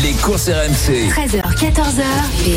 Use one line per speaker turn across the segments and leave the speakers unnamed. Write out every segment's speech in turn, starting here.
Les courses RMC.
13h14h PMU,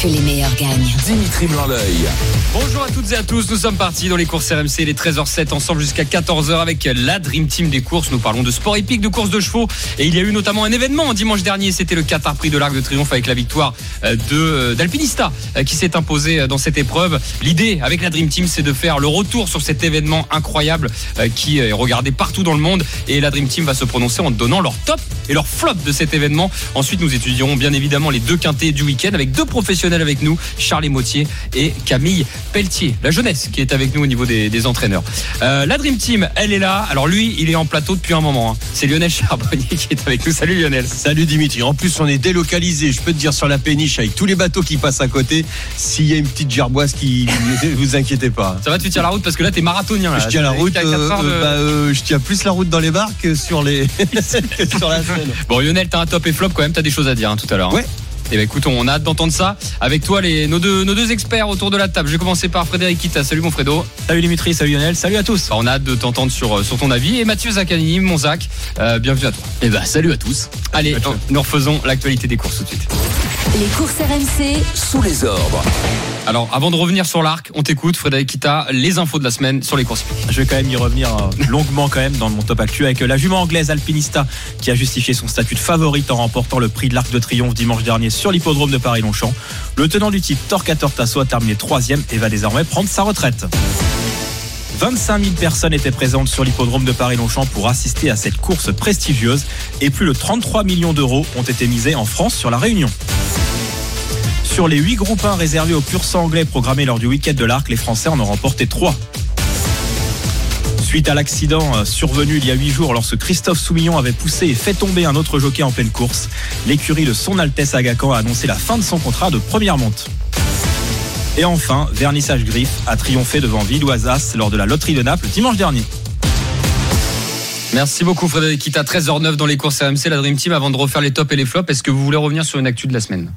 que les meilleurs gagnent.
Dimitri Blanc-L'œil.
Bonjour à toutes et à tous, nous sommes partis dans les courses RMC, les 13h07 ensemble jusqu'à 14h avec la Dream Team des courses. Nous parlons de sport hippique, de courses de chevaux et il y a eu notamment un événement dimanche dernier, c'était le Qatar Prix de l'Arc de Triomphe avec la victoire euh, de euh, d'Alpinista euh, qui s'est imposé euh, dans cette épreuve. L'idée avec la Dream Team, c'est de faire le retour sur cet événement incroyable euh, qui est regardé partout dans le monde et la Dream Team va se prononcer en donnant leur top et leur flop de cet événement. Ensuite, nous étudierons bien évidemment les deux quintés du week-end avec deux professionnels avec nous, Charlie Mautier et Camille Pelletier, la jeunesse qui est avec nous au niveau des, des entraîneurs. Euh, la Dream Team, elle est là. Alors lui, il est en plateau depuis un moment. hein. C'est Lionel Charbonnier qui est avec nous. Salut Lionel.
Salut Dimitri. En plus, on est délocalisé. Je peux te dire sur la péniche avec tous les bateaux qui passent à côté. S'il y a une petite gerboise qui, vous inquiétez pas.
Ça va, tu tiens la route parce que là, t'es marathonien. Là.
Je tiens la
T'as
route.
quatre
euh,
heures de-
euh, bah, euh, je tiens plus la route dans les bars que sur les que sur la scène.
Bon, Lionel, t'as un top et flop quand même. T'as des choses à dire hein, tout à l'heure. hein.
Ouais.
Eh ben écoute, on a hâte d'entendre ça avec toi, les, nos, deux, nos deux experts autour de la table. Je vais commencer par Frédéric Kita. Salut mon Fredo.
Salut Dimitri, salut Lionel, salut à tous.
Enfin, on a hâte de t'entendre sur, euh, sur ton avis. Et Mathieu Zaccanini, mon Zac, euh, bienvenue à toi.
Et bah salut à tous.
Allez, on- nous refaisons l'actualité des courses tout de suite.
Les courses RMC,
Sous les ordres.
Alors, avant de revenir sur l'arc, on t'écoute, Frédéric Kita, les infos de la semaine sur les courses hippiques.
Je vais quand même y revenir euh, longuement quand même dans mon top actuel avec euh, la jument anglaise Alpinista qui a justifié son statut de favorite en remportant le prix de l'Arc de Triomphe dimanche dernier sur l'hippodrome de Paris-Longchamp. Le tenant du titre Torquator Tasso a terminé troisième et va désormais prendre sa retraite. 25 000 personnes étaient présentes sur l'hippodrome de Paris-Longchamp pour assister à cette course prestigieuse et plus de 33 millions d'euros ont été misés en France sur la Réunion. Sur les 8 groupes 1 réservés aux pur sang anglais programmés lors du week-end de l'Arc, les Français en ont remporté 3. Suite à l'accident euh, survenu il y a huit jours lorsque Christophe Soumillon avait poussé et fait tomber un autre jockey en pleine course, l'écurie de Son Altesse Agacan a annoncé la fin de son contrat de première monte. Et enfin, Vernissage Griffe a triomphé devant Villoisas lors de la loterie de Naples dimanche dernier.
Merci beaucoup, Frédéric Kita, 13h09 dans les courses RMC, la Dream Team. Avant de refaire les tops et les flops, est-ce que vous voulez revenir sur une actu de la semaine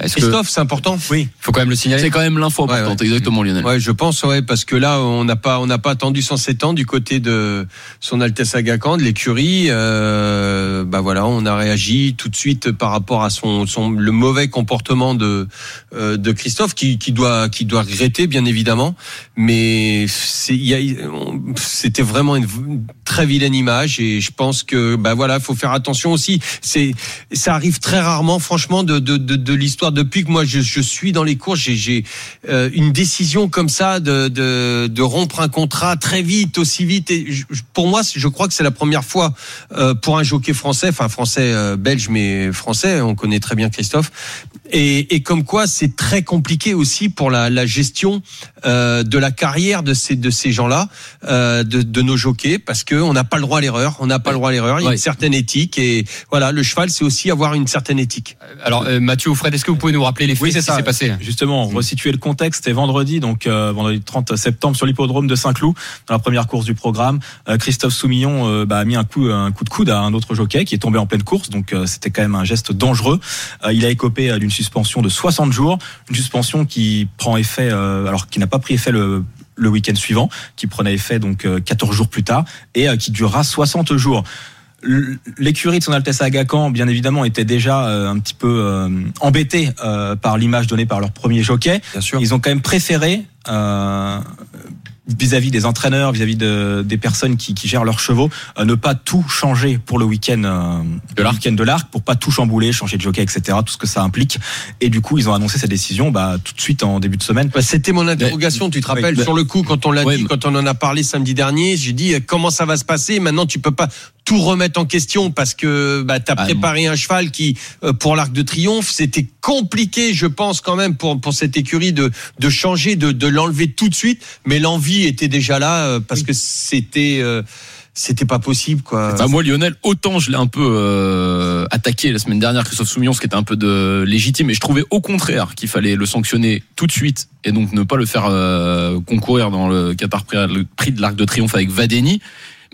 Est-ce que-
Christophe, c'est important. Oui.
faut quand même le signaler.
C'est quand même l'info
Ouais,
importante, exactement Lionel.
Ouais, je pense, ouais, parce que là, on n'a pas, on n'a pas attendu 107 ans du côté de son Altesse Agacan, de l'écurie. Euh, bah voilà, on a réagi tout de suite par rapport à son, son le mauvais comportement de euh, de Christophe, qui, qui doit, qui doit regretter bien évidemment. Mais c'est- il y a- on- c'était vraiment une v- une très vilaine image, et je pense que bah voilà, faut faire attention aussi. C'est ça arrive très rarement, franchement, de, de, de, de l'histoire. Depuis que moi je, je suis dans les courses, j'ai- j'ai euh, une décision comme ça de, de, de rompre un contrat très vite, aussi vite. Et je- je- pour moi, je crois que c'est la première fois euh, pour un jockey français, enfin français euh, belge, mais français. On connaît très bien Christophe. Et, et comme quoi, c'est très compliqué aussi pour la, la gestion euh, de la carrière de ces de ces gens-là, euh, de, de nos jockeys, parce que on n'a pas le droit à l'erreur. On n'a pas le droit à l'erreur. Il y a
Ouais.
une certaine éthique et voilà, le cheval, c'est aussi avoir une certaine éthique.
Alors, euh, Mathieu ou Fred, est-ce que vous pouvez nous rappeler les faits
Oui, c'est
ce qui
ça.
s'est passé
Justement, resituer le contexte, c'était vendredi, donc euh, vendredi 30 septembre sur l'hippodrome de Saint-Cloud, dans la première course du programme. Euh, Christophe Soumillon euh, bah, a mis un coup, un coup de coude à un autre jockey qui est tombé en pleine course, donc euh, c'était quand même un geste dangereux. Euh, il a écopé euh, d'une suspension de 60 jours, une suspension qui prend effet, euh, alors qui n'a pas pris effet le le week-end suivant, qui prenait effet donc euh, 14 jours plus tard et euh, qui durera 60 jours. L- L'écurie de son Altesse Agacan, bien évidemment, était déjà euh, un petit peu euh, embêtée euh, par l'image donnée par leur premier jockey.
Bien sûr.
Ils ont quand même préféré, euh, vis-à-vis des entraîneurs, vis-à-vis de- des personnes qui, qui gèrent leurs chevaux, euh, ne pas tout changer pour le week-end euh,
De
de
l'arc.
l'arc, de l'arc, pour pas tout chambouler, changer de jockey, etc. Tout ce que ça implique. Et du coup, ils ont annoncé cette décision bah, tout de suite en début de semaine.
Bah, C'était mon interrogation, tu te rappelles,
bah,
sur le coup, quand on l'a
ouais,
dit,
mais-
quand on en a parlé samedi dernier, j'ai dit euh, comment ça va se passer. Maintenant, tu peux pas tout remettre en question parce que bah, tu as
Ah,
préparé un cheval qui, euh, pour l'Arc de Triomphe, c'était compliqué, je pense, quand même, pour, pour cette écurie de, de changer, de, de l'enlever tout de suite. Mais l'envie était déjà là euh, parce que c'était. euh, c'était pas possible quoi.
Bah, moi Lionel, autant je l'ai un peu euh, attaqué la semaine dernière Christophe Soumillon, ce qui était un peu de légitime, et je trouvais au contraire qu'il fallait le sanctionner tout de suite et donc ne pas le faire euh, concourir dans le Qatar Prix- le prix de l'Arc de Triomphe avec Vadeni.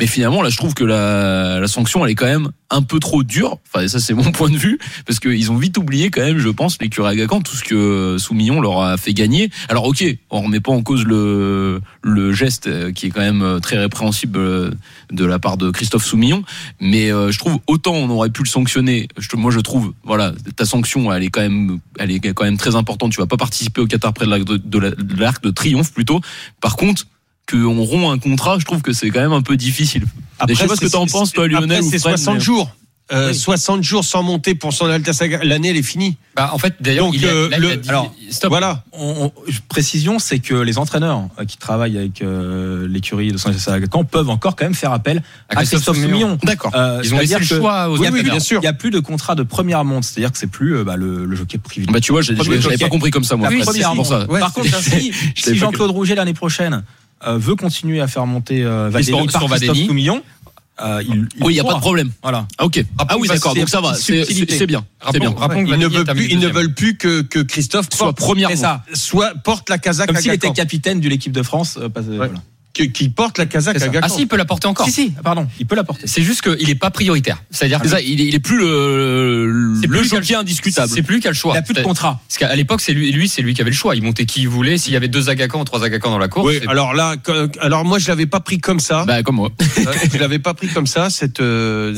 Mais finalement, là, je trouve que la, la sanction, elle est quand même un peu trop dure. Enfin, ça, c'est mon point de vue, parce qu'ils ont vite oublié quand même, je pense, les curés à Gacan, tout ce que Soumillon leur a fait gagner. Alors, ok, on remet pas en cause le, le geste euh, qui est quand même euh, très répréhensible euh, de la part de Christophe Soumillon, mais euh, je trouve autant on aurait pu le sanctionner. Je, te- moi, je trouve, voilà, ta sanction, elle est quand même, elle est quand même très importante. Tu vas pas participer au Qatar près de l'arc de, de la- de l'arc de triomphe plutôt. Par contre, qu'on rompt un contrat, je trouve que c'est quand même un peu difficile. je sais pas ce que
c'est-
t'en penses, toi, Lionel,
après,
ou
c'est
Fred,
60
mais-
jours. Euh,
Oui.
60 jours sans monter pour son Alta Saga. L'année, elle est finie.
Bah, en fait, d'ailleurs,
Donc,
il a-
euh,
là, il a
le-
dit-
alors,
stop.
Voilà.
On- on- précision, c'est que les entraîneurs euh, qui travaillent avec euh, l'écurie de Saint-Germain peuvent encore quand même faire appel à, Christophe Soumillon.
D'accord.
Euh,
Ils ont laissé
c'est-à-dire
le
que
choix aux
Il n'y a,
entraîneurs.
plus- il y a plus de contrat de première monte, c'est-à-dire que c'est plus euh, bah, le, le jockey privilégié.
Bah, tu vois, j'ai-
Premier Ah
j'ai- j'avais
jockey.
Bah, pas compris comme ça, moi.
La
Fred.
première
C'est pour ça.
Ouais,
Par
c'est-
contre, si,
savais
si
pas
Jean-Claude Rouget l'année prochaine euh, veut continuer à faire monter euh, Valérie
Sur-
par
sur
Christophe
Vadeni.
Soumillon, euh, il,
Oui, il y a
pourra.
pas de problème.
Voilà.
Ah, ok. Ah oui,
Parce
d'accord.
que
Donc ça va.
c'est-
C'est
subtilité.
c'est bien. C'est
Rappelons,
bien.
rappelons que
Ils ne
Vanier
veulent
termine
plus, ils ne
deuxième.
veulent plus que, que Christophe
Soit
porte-
première
c'est
monte.
ça. soit porte la casaque
Comme
à
s'il était
Gacan.
capitaine de l'équipe de France. euh, pas- euh,
Ouais.
voilà.
Qui qui porte la casaque
C'est
à
ça.
Ah
Gacan.
si, il peut la porter encore.
Si, si, ah, pardon, il peut l'apporter.
C'est juste qu'il n'est pas prioritaire. C'est-à-dire
C'est
que
ça, il est, il est plus le,
C'est
le
plus
jockey indiscutable.
c'est plus qu'à le
Il
choix.
n'a plus de contrat.
Parce qu'à à l'époque, c'est lui, lui, c'est lui qui avait le choix. Il montait qui il voulait. S'il y avait deux agacans ou trois agacans dans la course,
Oui,
c'est-
alors là, que- alors moi je l'avais pas pris comme ça. Euh,
Bah, comme moi.
je l'avais pas pris comme ça. Cette euh,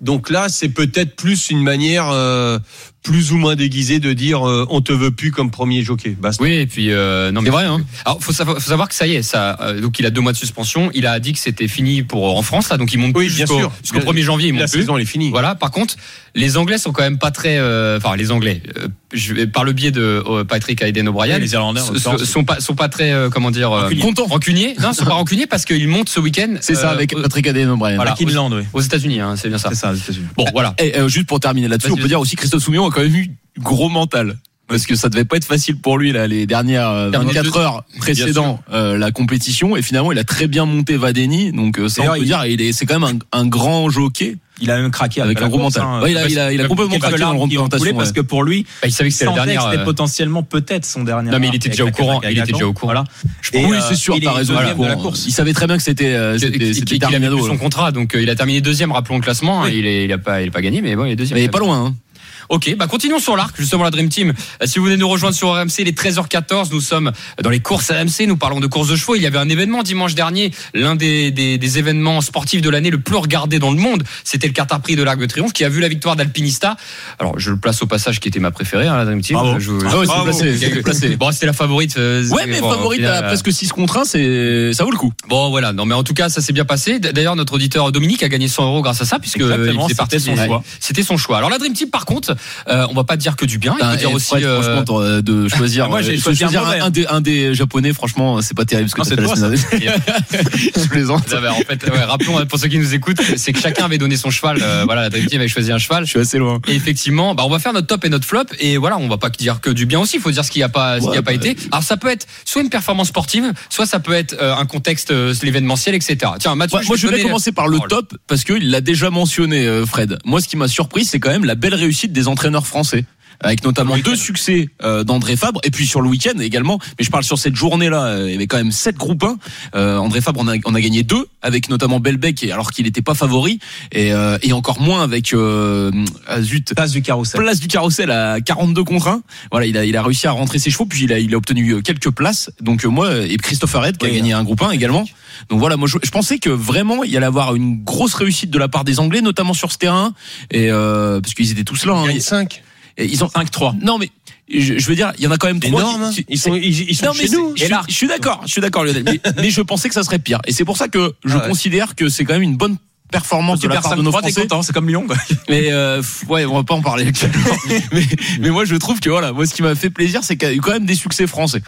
donc là, c'est peut-être plus une manière euh, plus ou moins déguisée de dire euh, on te veut plus comme premier jockey. Bah, Basta.
Oui, et puis euh, non, mais
C'est vrai, hein.
Alors, faut savoir, faut savoir que ça y est, ça. euh, donc, il a deux mois de suspension. Il a dit que c'était fini pour euh, en France, là. Donc, il monte
Oui,
plus
bien
jusqu'au
sûr.
jusqu'au 1er janvier. Il
La
monte plus.
saison elle est finie.
Voilà. Par contre, les Anglais sont quand même pas très. euh, Enfin, les Anglais. euh, je vais- par le biais de euh, Patrick Hayden O'Brien,
les Irlandais, en
s-
l'occurrence.
s- sont pas sont pas très euh, comment dire euh,
Rancuniers.
contents. rancuniers. Non, sont pas rancuniers parce qu'ils montent ce week-end.
C'est ça
euh,
avec
aux-
Patrick Aden O'Brien.
Voilà.
À Kinland, oui.
aux États-Unis. hein, c'est bien ça.
C'est ça, aux États-Unis.
Bon, voilà.
Et euh, juste pour terminer là-dessus,
Vas-y,
on peut
vas-y.
dire aussi que Christophe Soumillon a quand même eu gros mental. Parce que ça devait pas être facile pour lui là les dernières euh,
Dernière
24 heures précédant euh, la compétition et finalement il a très bien monté Vadeni donc euh, ça on
D'ailleurs,
peut
il-
dire il est c'est quand même un, un grand jockey
Il a même craqué
avec
la
un gros
course,
mental.
hein.
Ouais, il a, il a- il a
parce-
complètement
Quelques
craqué dans
larmes
la
qui ont coulé
représentation.
parce
ouais.
que pour lui,
Bah, il savait que c'était la
sentait
dernière.
que c'était
euh,
potentiellement peut-être son dernier.
Non, mais il
arc
était
avec
déjà au
la
courant.
Canac à
Il était
Gacan.
déjà au courant.
Voilà. Et,
oui
euh,
c'est sûr
il
t'as
est
raison
deuxième
il est
de la
courant.
course.
il savait très bien que c'était euh,
Et-
c'était
et-
c'était
et qu'il avait
terminado,
plus son
ouais.
contrat, donc euh, il a terminé deuxième, rappelons le classement. hein, Il, est, il a pas, il a pas gagné, mais bon, il est deuxième.
mais pas loin hein.
Ok, bah continuons sur l'arc, justement la Dream Team. Euh, Si vous venez nous rejoindre sur RMC, il est 13h14, nous sommes dans les courses RMC, nous parlons de courses de chevaux. Il y avait un événement dimanche dernier, l'un des, des, des événements sportifs de l'année le plus regardé dans le monde, c'était le Qatar Prix de l'Arc de Triomphe, qui a vu la victoire d'Alpinista. Alors je le place au passage qui était ma préférée, hein, la Dream Team.
Bravo.
Je- je-
Ah ouais, c'est
Bravo.
placé, c'est placé.
Bon, c'était la favorite. euh,
ouais mais
bon,
favorite
au final,
à
euh,
presque 6 contre 1 c'est ça vaut le coup
Bon voilà, non mais en tout cas ça s'est bien passé. D- D'ailleurs notre auditeur Dominique a gagné 100 euros grâce à ça puisque euh, il
Exactement,
faisait partie
c'était son
des-
choix.
C'était son choix. Alors la Dream Team par contre, euh, on va pas dire que du bien. Il
Putain,
faut dire
Bah, et
aussi
Fred,
euh, Ah,
franchement, t'aurais, euh, de choisir,
Moi, j'ai
euh,
choisi un mauvais,
un,
hein.
des, un des euh, japonais, franchement, c'est pas terrible ce que
Non,
t'as
Ah,
c'est
fait la
toi,
semaine dernière. Je plaisante.
vous avez- en fait, ouais, rappelons euh, pour ceux qui nous écoutent, c'est que chacun avait donné son cheval. euh, voilà, la Dream Team avait choisi un cheval.
Je suis assez loin.
Et effectivement, bah, on va faire notre top et notre flop. Et voilà, on va pas dire que du bien aussi. Il faut dire ce qu'il n'y a pas, ce qu'il y a
Ouais,
pas
bah,
été. Alors ça peut être soit une performance sportive, soit ça peut être euh, un contexte euh, événementiel, etc. Tiens, Mathieu,
Ouais, moi,
vais
je
te
vais
donner-
commencer par le
parole.
top parce qu'il l'a déjà mentionné, euh, Fred. Moi, ce qui m'a surpris, c'est quand même la belle réussite des entraîneurs français. Avec notamment deux succès euh, d'André Fabre et puis sur le week-end également. Mais je parle sur cette journée-là. euh, Il y avait quand même sept groupes 1. Euh, André Fabre en a, en a gagné deux avec notamment Belbec et- alors qu'il n'était pas favori et, euh, et encore moins avec euh, ah, zut
Passe du carrousel.
place du carrousel à 42 contre 1. Voilà, il a, il a réussi à rentrer ses chevaux, puis il a, il a obtenu euh, quelques places. Donc euh, moi, euh, et Christophe Arrête qui a
Oui,
gagné un groupe 1 également. Donc voilà, moi je, je pensais que vraiment il y allait avoir une grosse réussite de la part des Anglais, notamment sur ce terrain, et euh, parce qu'ils étaient tous là. hein.
Gagne cinq.
Et ils ont 5-3. Non mais je, je veux dire, il y en a quand même trois.
Énorme. hein.
qui- qui-
Ils sont, ils, ils sont
non, mais
chez nous.
c'est- Je, suis- je suis d'accord, je suis d'accord Lionel, mais, mais je pensais que ça serait pire. Et c'est pour ça que je
Ah ouais.
considère que c'est quand même une bonne performance de la part de nos
t'es
Français.
content, c'est comme Lyon. quoi.
Mais euh, f- ouais, on va pas en parler. actuellement. mais, mais moi, je trouve que voilà, moi, ce qui m'a fait plaisir, c'est qu'il y a eu quand même des succès français.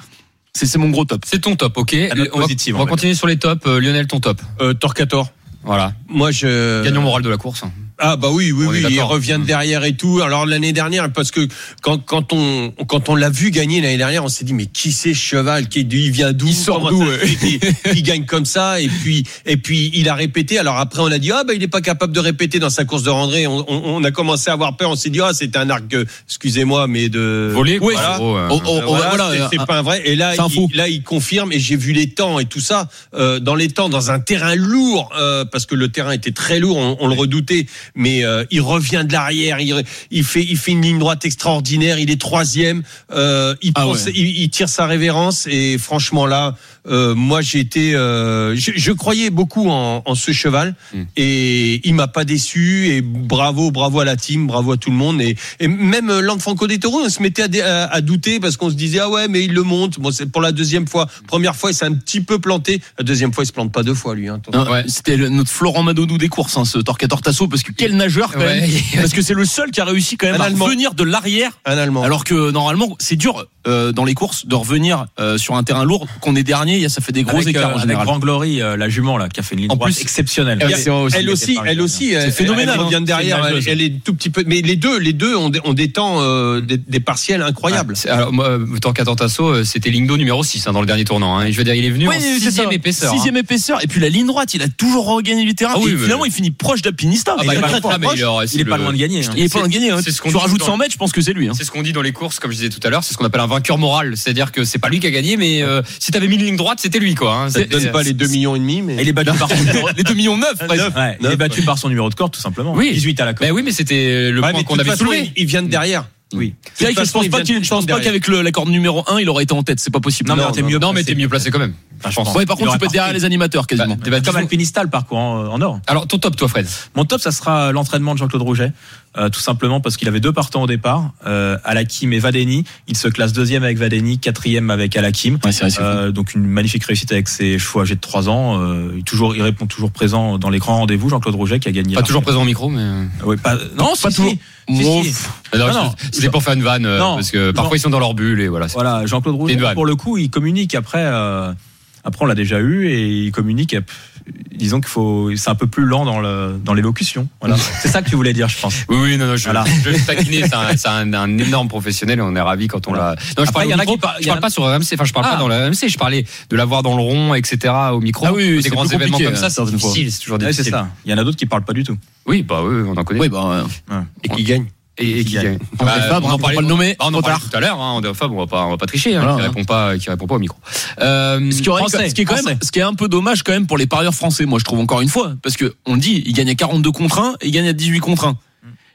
C'est c'est mon gros top.
C'est ton top, ok.
note
on va,
positive,
on
on
va
va
continuer sur les tops. Euh, Lionel, ton top.
Euh, Torquator.
Voilà.
Moi je.
Gagnant moral de la course. hein.
Ah bah oui, oui,
On est
oui, il
d'accord.
revient de derrière et tout. Alors l'année dernière, parce que quand, quand on quand on l'a vu gagner l'année dernière, on s'est dit mais qui c'est ce cheval qui il vient d'où
Il
Comment
sort d'où,
ça se fait qu'il- qu'il gagne comme ça et puis et puis il a répété. Alors après on a dit ah bah il est pas capable de répéter dans sa course de rentrée. On, on- on a commencé à avoir peur. On s'est dit ah c'était un arc, euh, excusez-moi mais de
Volé, quoi,
Ouais,
en gros, euh,
On- on- on-
voilà,
voilà,
c'est-
euh,
c'est pas un vrai. Et là,
c'est un faux.
il, là, il confirme. Et j'ai vu les temps et tout ça euh, dans les temps, dans un terrain lourd, euh, parce que le terrain était très lourd, on, on le redoutait. Mais euh, il revient de l'arrière, il, il fait, il fait une ligne droite extraordinaire. Il est troisième. euh, il,
Ah
prend
ouais.
ses- il, il tire sa révérence. Et franchement, là, euh, moi, j'étais, euh, je, je croyais beaucoup en, en ce cheval,
Hmm.
et il m'a pas déçu. Et bravo, bravo à la team, bravo à tout le monde. Et, et même euh, Lanfranco des Taureaux, on se mettait à, dé- à- à douter parce qu'on se disait ah ouais, mais il le monte. Bon, c'est pour la deuxième fois. Première fois, il s'est un petit peu planté. La deuxième fois, il se plante pas deux fois lui. Hein,
Non, C'était le- notre Florent Madonou des courses, hein, ce Torquator Tasso, parce que quel nageur quand
Ouais.
même. Parce que c'est le seul qui a réussi quand même
Un
à
Allemand.
revenir de l'arrière,
un Allemand.
alors que normalement c'est dur euh, dans les courses de revenir euh, sur un terrain lourd qu'on est dernier. et Ça fait des gros
avec,
écarts
euh,
en
avec
général.
Grand Glory, euh, la jument là, qui a fait une ligne
En
droite
plus,
exceptionnelle.
elle-
Il y a-
c'est vrai aussi,
elle aussi, elle aussi, elle,
phénoménal,
Elle
hein.
revient de derrière,
C'est une
elle,
nageuse.
elle est tout petit peu. Mais les deux, les deux ont des, ont des temps, euh, des, des partiels incroyables.
C'est- Alors, moi, euh, tant qu'à Tantasso, euh, c'était Lindo numéro 6 hein, dans le dernier tournant. hein. Et Je veux dire, il est venu
Oui,
en
oui, c'est
sixième
ça.
épaisseur. hein.
Sixième épaisseur. Et puis la ligne droite, il a toujours regagné du terrain.
Ah oui,
Et
mais-
finalement, il finit proche d'Apinista.
Ah,
il,
bah,
est
il
pas
est
très
pas- mais
proche.
il aurait-
Il est pas
le-
loin de gagner. hein.
Il est pas
c'est-
loin de gagner. hein.
c'est ce qu'on
Tu
dit
rajoutes
dans-
100 mètres, je pense que c'est lui. hein.
C'est ce qu'on dit dans les courses, comme je disais tout à l'heure, c'est ce qu'on appelle un vainqueur moral. C'est-à-dire que c'est pas lui qui a gagné, mais euh, si t'avais mis une ligne droite, c'était lui, quoi. hein.
Ça ne donne pas les deux millions et euh, demi, mais.
Il est battu par son numéro.
Les 2 millions 9
Ouais, il est battu par son numéro de corde tout simplement.
Oui.
18 à la corde.
Ben oui, mais c'était le
Ouais, mais
point
de
qu'on
toute
avait
façon,
soulevé.
ils- Ils viennent derrière.
Oui.
C'est vrai
De toute
que Bah, je pense
façon,
pas
ils
qu'il-
viennent
je pense pas
derrière.
qu'avec le- la corde numéro 1, il aurait été en tête. C'est pas possible.
Non, mais t'es mieux
Non, mais
placé.
t'es mieux placé quand même.
Enfin, je pense.
Ouais, par
Il
contre, tu
aurait
peux être derrière
parfait.
les animateurs quasiment.
Bah, bah,
Comme
disons-
Alpinista le parcours en, en or.
Alors, ton top, toi, Fred.
Mon top, ça sera l'entraînement de Jean-Claude Rouget, euh, tout simplement parce qu'il avait deux partants au départ, euh, Alakim et Vadeni. Il se classe deuxième avec Vadeni, quatrième avec Alakim.
Ouais, c'est vrai, c'est fou.
Euh, donc une magnifique réussite avec ses chevaux âgés de 3 ans. Euh, il, toujours, il répond toujours présent dans les grands rendez-vous. Jean-Claude Rouget qui a gagné.
Pas
la-
toujours présent au micro, mais. euh,
Ouais, pas- non,
c'est pas
si,
toujours.
si.
Bon,
si.
pff,
Non,
non,
je- c'était pour faire une vanne, euh,
Non.
parce que parfois ils sont dans leur bulle et voilà. c'est-
Voilà, Jean-Claude Rouget,
Une vanne.
pour le coup, il communique après. euh, après, on l'a déjà eu et il communique. euh, pff, Disons qu'il faut, c'est un peu plus lent dans le dans l'élocution. Voilà, c'est ça que tu voulais dire, je pense.
Oui, oui, non, non, je,
Voilà.
je vais le taquiner, c'est un, c'est un- un énorme professionnel et on est ravis quand on l'a. Non, je
Après,
parle,
il y
au
en a
micro,
qui par- il
je
y en
parle
a-
pas sur RMC, enfin, je parle pas
Ah.
dans la RMC, je parlais de l'avoir dans le rond, etc., au micro.
Ah oui, oui,
Des
c'est
grands
plus
événements
compliqué,
comme ça,
euh,
c'est
certaines fois.
difficile, Ah, c'est toujours
Ouais, c'est
difficile.
ça. Il y en a d'autres qui parlent pas du tout.
Oui, bah oui, on en connaît.
Oui, bah,
Et qui gagne.
Et, et qui
Qui gagne.
gagne.
On
Bah,
sait pas, on peut pas le nommer,
Bah, on en
trop
parlait
tard.
tout à l'heure, hein, de Fab, on va pas, on va pas tricher, hein,
Voilà,
qui
hein.
répond pas, qui répond pas au micro. Euh,
Ce qui, aurait-
Français,
ce qui est quand
Français.
même, ce qui est un peu dommage quand même pour les parieurs français, moi je trouve encore une fois, parce que on le dit, il gagne à 42 contre 1 et il gagne à 18 contre 1.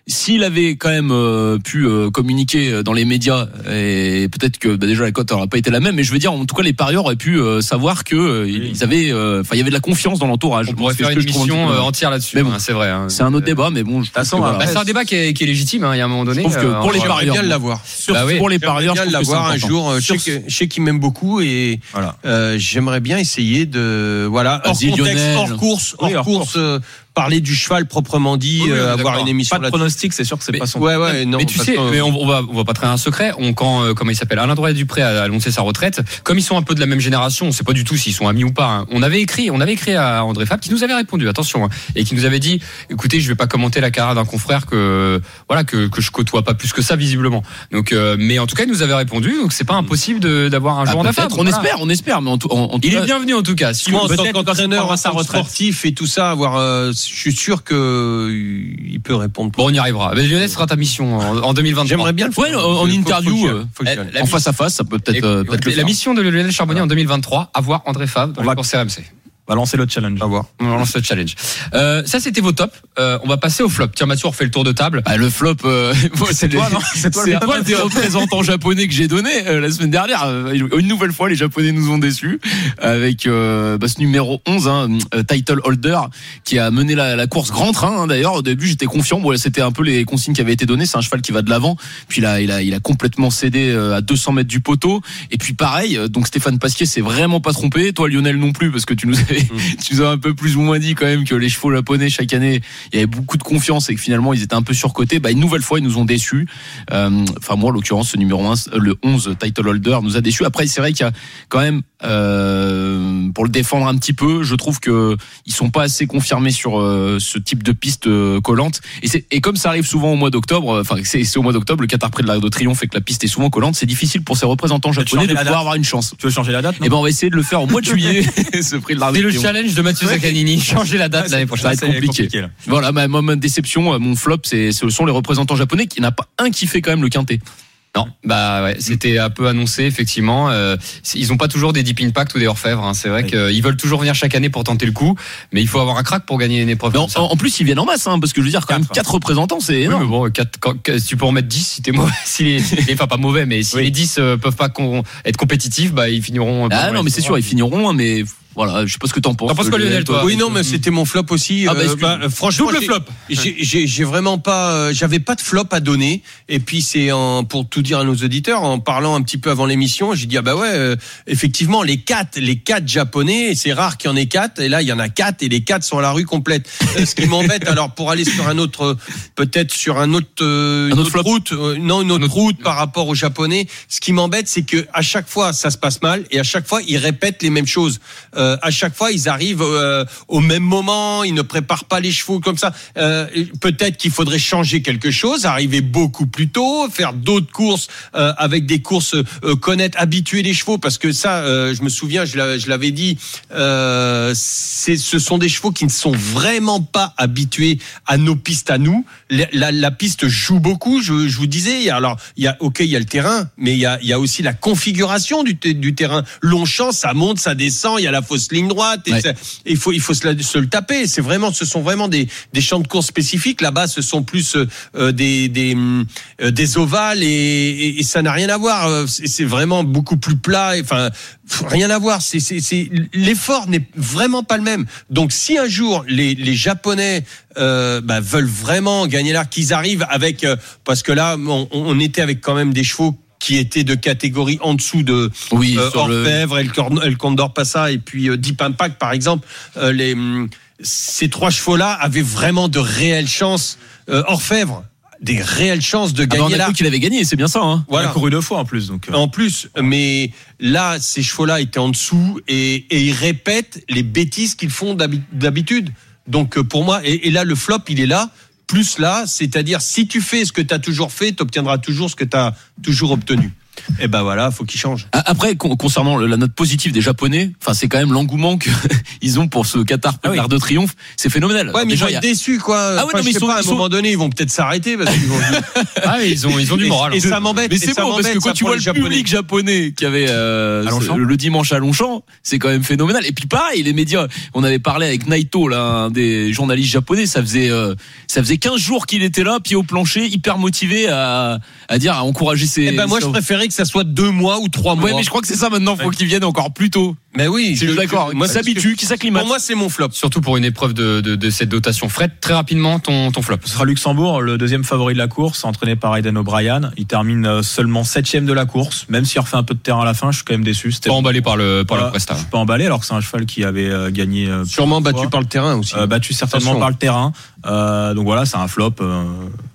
S'il avait quand même euh, pu euh, communiquer dans les médias, et peut-être que bah, déjà la cote n'aurait pas été la même, mais je veux dire, en tout cas les parieurs auraient pu euh, savoir que euh, ils avaient, euh, enfin il y avait de la confiance dans l'entourage.
on pourrait
C'est
faire
ce
une
que je trouve un petit
émission euh,
peu dommage.
entière là-dessus,
Mais bon,
hein, c'est vrai. hein.
C'est un autre débat, mais bon, je pense
façon,
que,
on va
voilà.
Bah, c'est un débat qui est, qui est légitime, hein, il y a un moment donné.
trouve que
euh,
pour les
on-
parieurs,
J'aimerais bien
moi.
l'avoir.
Bah oui.
pour les
J'aimerais
parieurs, je
bien
trouve que c'est
l'avoir un
important.
jour. euh, Je sais que- je sais qu'il m'aime beaucoup et
Voilà.
euh, j'aimerais bien essayer de voilà hors
Vas-y,
contexte,
Lionel.
hors course, hors
Oui, hors
course, euh, parler du cheval proprement dit,
Oui, oui, on est
euh, avoir
d'accord.
une émission
Pas de
là-dessus.
pronostic, c'est sûr que c'est
Mais-
pas son.
Ouais ouais non.
mais tu
parce
sais,
que-
mais on, on va, on va pas trahir un secret. On, quand, euh, comment il s'appelle, Alain Droit Dupré a annoncé sa retraite. Comme ils sont un peu de la même génération, on sait pas du tout s'ils sont amis ou pas. hein. On avait écrit, on avait écrit à André Fab qui nous avait répondu, attention, hein, et qui nous avait dit, écoutez, je vais pas commenter la carrière d'un confrère que, voilà, que, que je côtoie pas plus que ça visiblement. Donc, euh, mais en tout cas, il nous avait répondu. Donc, c'est pas impossible de- d'avoir un
Ah,
jour
peut-être,
d'affaires.
on
Voilà.
espère, on espère, mais en tout, en, en tout
Il
cas-
est bienvenu en tout cas. Si
Moi, en
vous-
tant qu'entraîneur,
prendra
en
sa
tant que
retraite.
sportif et tout ça, avoir, euh, je suis sûr que euh, il peut répondre.
Bon, on y arrivera. Mais Lionel, ce sera ta mission en, en 2023.
J'aimerais bien le faire.
Ouais, en- en
Faut- faut
interview,
que j'y aille.
euh,
Faut que j'y
elle-
aille.
la
en
vie-
face à face, ça peut peut-être
Et-
euh, peut-être le
la
faire.
mission de Lionel Charbonnier en 2023, avoir André Favre dans
On
les
va-
courses RMC.
On va Bah, lancer le challenge.
On va voir.
On lance le challenge. Euh, ça, c'était vos tops. Euh, on va passer au flop. Tiens, Mathieu, on refait le tour de table.
Bah, le flop, euh, moi, c'est
toi,
les-
non C'est toi le
c'est un des représentants japonais que j'ai donné euh, la semaine dernière. Euh, Une nouvelle fois, les Japonais nous ont déçus avec euh, bah, ce numéro 11, hein, euh, Title Holder, qui a mené la, la course grand train. hein. D'ailleurs, au début, j'étais confiant. Bon, c'était un peu les consignes qui avaient été données. C'est un cheval qui va de l'avant. Puis là, il a, il a complètement cédé euh, à 200 mètres du poteau. Et puis pareil, euh, donc Stéphane Pasquier s'est vraiment pas trompé. Toi, Lionel, non plus, parce que tu nous avais mais tu nous as un peu plus ou moins dit quand même que les chevaux japonais chaque année, il y avait beaucoup de confiance et que finalement ils étaient un peu surcotés. Bah, une nouvelle fois, ils nous ont déçus. Euh, Enfin, moi, en l'occurrence, ce numéro 1, le 11, title holder, nous a déçus. Après, c'est vrai qu'il y a quand même, euh, pour le défendre un petit peu, je trouve que ils sont pas assez confirmés sur euh, ce type de piste euh, collante. Et, c'est- et comme ça arrive souvent au mois d'octobre, euh, enfin, c'est c'est au mois d'octobre, le Qatar près de l'Arc de Triomphe et que la piste est souvent collante, c'est difficile pour ses représentants japonais
changer
de
la
pouvoir
date.
avoir une chance.
Tu veux changer la date non
Et ben on va essayer de le faire au mois de juillet, ce prix
Ah
de l'Arc de
C'est le
Triomphe.
challenge de Mathieu Zaccanini.
ben,
Changer la date l'année prochaine.
va être
c'est
compliqué.
là.
Voilà, ma, ma- ma déception, euh, mon flop, c'est ce sont les représentants japonais qui n'a pas un qui fait quand même le quintet.
Non, bah ouais, c'était un peu annoncé effectivement. Euh, c'est- ils ont pas toujours des Deep Impact ou des Orfèvres. hein. C'est vrai
Oui.
qu'ils veulent toujours venir chaque année pour tenter le coup, mais il faut avoir un crack pour gagner une épreuve.
Mais en,
comme ça.
en plus, ils viennent en masse, hein, parce que je veux dire, quand même,
Quatre.
quatre représentants, c'est
Oui,
énorme.
mais bon, quatre- quand- quand- tu peux en mettre 10 si t'es mauvais. Si les, les- enfin, pas mauvais, mais si
Oui.
les 10 euh, peuvent pas con- être compétitifs, bah ils finiront. euh,
Ah
pas
non,
dans
mais
les
c'est sûr, ils finiront, hein, mais voilà, je sais pas ce que t'en penses.
T'en penses quoi, Lionel, toi
Oui, non, mais c'était mon flop aussi.
Ah, bah,
Euh,
excuse-
franchement,
Double
j'ai-
flop.
J'ai- J'ai j'ai vraiment pas, euh, j'avais pas de flop à donner. Et puis c'est en- pour tout dire à nos auditeurs, en parlant un petit peu avant l'émission, j'ai dit ah bah ouais, euh, effectivement les quatre, les quatre japonais, c'est rare qu'il y en ait quatre. Et là il y en a quatre et les quatre sont à la rue complète. Euh, Ce qui m'embête. Alors pour aller sur un autre, euh, peut-être sur un autre, euh, une
autre
autre
flop.
route, euh, non une autre route par rapport aux japonais. Ce qui m'embête, c'est que à chaque fois ça se passe mal et à chaque fois ils répètent les mêmes choses. Euh, à chaque fois, ils arrivent euh, au même moment, ils ne préparent pas les chevaux comme ça. Euh, Peut-être qu'il faudrait changer quelque chose, arriver beaucoup plus tôt, faire d'autres courses euh, avec des courses euh, connaître, habituer les chevaux, parce que ça, euh, je me souviens, je l'a- je l'avais dit, euh, c'est- ce sont des chevaux qui ne sont vraiment pas habitués à nos pistes à nous. La, la- la piste joue beaucoup, je, je vous disais. Il y a- Alors, il y a, ok, il y a le terrain, mais il y a, il y a aussi la configuration du, te- du terrain. Longchamp, ça monte, ça descend, il y a la fausse ligne droite. Et
Ouais.
ça- il faut, il faut se, la- se le taper. C'est vraiment, ce sont vraiment des, des champs de course spécifiques. Là-bas, ce sont plus euh, euh, des, des, hum, euh, des ovales et, et- et ça n'a rien à voir. Euh, C'est c'est vraiment beaucoup plus plat. et, Enfin, pff, rien à voir. C'est, c'est, c'est- l'effort n'est vraiment pas le même. Donc, si un jour les, les Japonais euh, bah, veulent vraiment gagner l'art, qu'ils arrivent avec, euh, parce que là, on, on était avec quand même des chevaux qui étaient de catégorie en dessous de
Oui,
euh,
sur le- Ah,
Orfèvre, El, Corn- El Condor Passa et puis euh, Deep Impact par exemple, euh, les, hum, ces trois chevaux-là avaient vraiment de réelles chances. Euh, Orfèvre, des réelles chances de
Ah bah, on
gagner
a
là.
cru qu'il avait gagné, c'est bien ça. Hein.
On a
Voilà.
couru deux fois en plus, donc. euh,
En plus, mais là, ces chevaux-là étaient en dessous et, et ils répètent les bêtises qu'ils font d'habi- d'habitude. Donc euh, pour moi, et, et là, le flop, il est là. Plus là, c'est-à-dire si tu fais ce que tu as toujours fait, tu obtiendras toujours ce que tu as toujours obtenu. Et ben voilà, faut qu'il change.
Ah, Après, con- concernant le- la note positive des Japonais, enfin, c'est quand même l'engouement qu'ils ont pour ce Qatar près de
Ah oui.
l'Arc de Triomphe. C'est phénoménal.
Ouais, mais
Déjà,
ils
il y
vont être
a-
déçus, quoi. Enfin,
ouais, non, mais
je
ils
sais
sont-
pas, à un
ils sont-
moment donné, ils vont peut-être s'arrêter parce qu'ils vont.
Ah, ils ont, ils ont du moral.
et, et
hein.
ça m'embête.
Mais
et
c'est
ça
bon parce que
m'embête,
quand
ça,
tu
pour
vois
les
le
Japonais.
public japonais qui avait euh,
À Longchamp
le, le dimanche à Longchamp, c'est quand même phénoménal. Et puis pareil, les médias, on avait parlé avec Naito, là, un des journalistes japonais, ça faisait euh, ça faisait 15 jours qu'il était là, pied au plancher, hyper motivé à, à dire à encourager ses
Eh ben moi, je
ses-
préférais que ça soit deux mois ou trois mois.
Ouais, mais je crois que c'est ça maintenant, faut qu'ils viennent encore plus tôt.
Mais oui,
Je suis d'accord,
Moi,
qu'ils s'habituent, qu'ils s'acclimatent.
Pour moi, c'est mon flop.
Surtout pour une épreuve de, de, de cette dotation. Fred, très rapidement, ton, ton flop.
Ce sera Luxembourg, le deuxième favori de la course, entraîné par Aidan O'Brien. Il termine euh, seulement septième de la course. Même s'il refait un peu de terrain à la fin, je suis quand même déçu. C'était
Pas emballé par le, par le
Voilà.
Presta. hein.
Je suis pas emballé alors que c'est un cheval qui avait euh, gagné. euh,
Sûrement
plusieurs
battu
fois.
par le terrain aussi.
Euh, battu certainement
Attention.
par le terrain. Euh, donc voilà, c'est un flop. euh,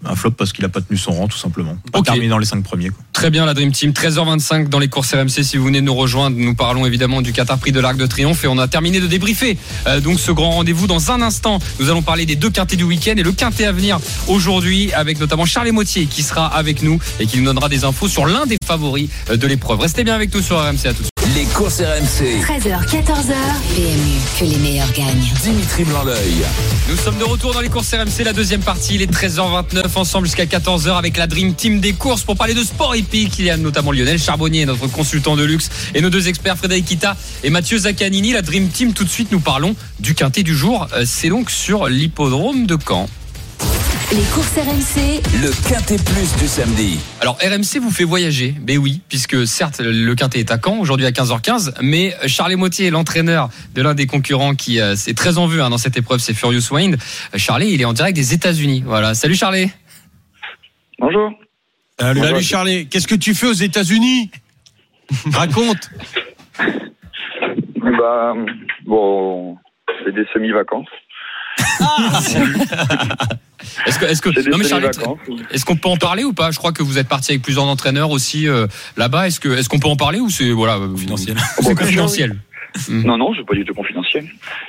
un flop parce qu'il a pas tenu son rang, tout simplement. Pas
Ok.
terminé dans les cinq premiers. quoi.
Très bien, la Dream Team. 13h25 dans les courses RMC. Si vous venez de nous rejoindre, nous parlons évidemment du Qatar Prix de l'Arc de Triomphe et on a terminé de débriefer. euh, donc ce grand rendez-vous dans un instant. Nous allons parler des deux quintés du week-end et le quintet à venir aujourd'hui avec notamment Charles Motier qui sera avec nous et qui nous donnera des infos sur l'un des favoris euh, de l'épreuve. Restez bien avec nous sur RMC. À tout de suite.
Les courses RMC.
13h, 14h. PMU, que les meilleurs gagnent.
Dimitri Blanc-L'œil.
Nous sommes de retour dans les courses RMC, la deuxième partie, il est 13h29, ensemble jusqu'à 14h avec la Dream Team des courses pour parler de sport épique. Il y a notamment Lionel Charbonnier, notre consultant de luxe, et nos deux experts Frédéric Kita et Mathieu Zaccanini. La Dream Team, tout de suite, nous parlons du quintet du jour. Euh, C'est donc sur l'hippodrome de Caen.
Les courses RMC,
Le Quintet Plus du samedi.
Alors RMC vous fait voyager, ben oui, puisque certes le quintet est à Caen aujourd'hui à 15h15, mais Charlie Mottier, l'entraîneur de l'un des concurrents qui euh, est très en vue hein, dans cette épreuve, c'est Furious Wind. Euh, Charlie, il est en direct des États-Unis. Voilà, salut Charlie.
Bonjour.
Salut,
Bonjour.
Charlie, qu'est-ce que tu fais aux États-Unis Raconte.
Bah, Bah, bon, c'est des semi-vacances.
Est-ce que, est-ce que,
C'est des
non mais Charlie,
semi-vacances.
est-ce qu'on peut en parler ou pas Je crois que vous êtes parti avec plusieurs entraîneurs aussi euh, là-bas. Est-ce que, est-ce qu'on peut en parler ou c'est voilà euh,
Confidentiel.
bah,
C'est confidentiel.
Non, non, c'est pas du tout confidentiel.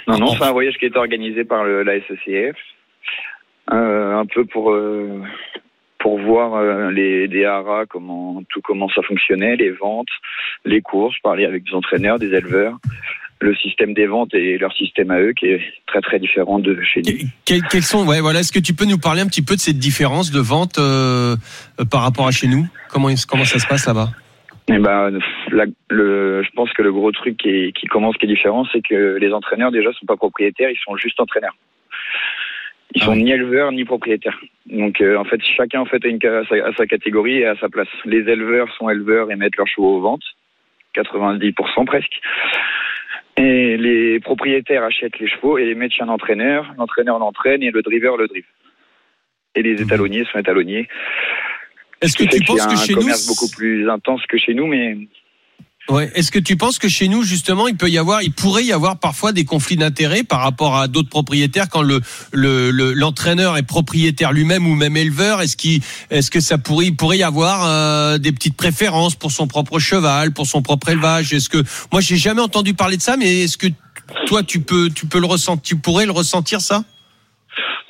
Non, non, c'est un voyage qui a été organisé par le, la SCCF, euh, un peu pour euh, pour voir euh, les des haras, comment tout comment ça fonctionnait, les ventes, les courses, parler avec des entraîneurs, des éleveurs, le système des ventes et leur système à eux qui est très très différent de chez nous.
Que- que- Quels sont ouais voilà est-ce que tu peux nous parler un petit peu de cette différence de vente euh, euh, par rapport à chez nous comment il- comment ça se passe là-bas
Eh ben, la- le, je pense que le gros truc qui, qui commence, qui est différent, c'est que les entraîneurs déjà sont pas propriétaires, ils sont juste entraîneurs. Ils
Ah
sont ni éleveurs ni propriétaires. Donc euh, en fait, chacun en fait a une ca- à sa, à sa catégorie et à sa place. Les éleveurs sont éleveurs et mettent leurs chevaux aux ventes, 90% presque. Et les propriétaires achètent les chevaux et les mettent chez un entraîneur. L'entraîneur l'entraîne et le driver le drive. Et les étalonniers sont étalonniers.
est-ce que
Je sais
Mmh. tu
qu'il y
penses
a
que
un
chez nous
commerce beaucoup plus intense que chez nous, mais
Ouais. Est-ce que tu penses que chez nous, justement, il peut y avoir, il pourrait y avoir parfois des conflits d'intérêts par rapport à d'autres propriétaires quand le le- le- l'entraîneur est propriétaire lui-même ou même éleveur Est-ce qu'il, est-ce que ça pourrait, il pourrait y avoir euh, des petites préférences pour son propre cheval, pour son propre élevage Est-ce que moi, j'ai jamais entendu parler de ça, mais est-ce que toi, tu peux, tu peux le ressentir, tu pourrais le ressentir ça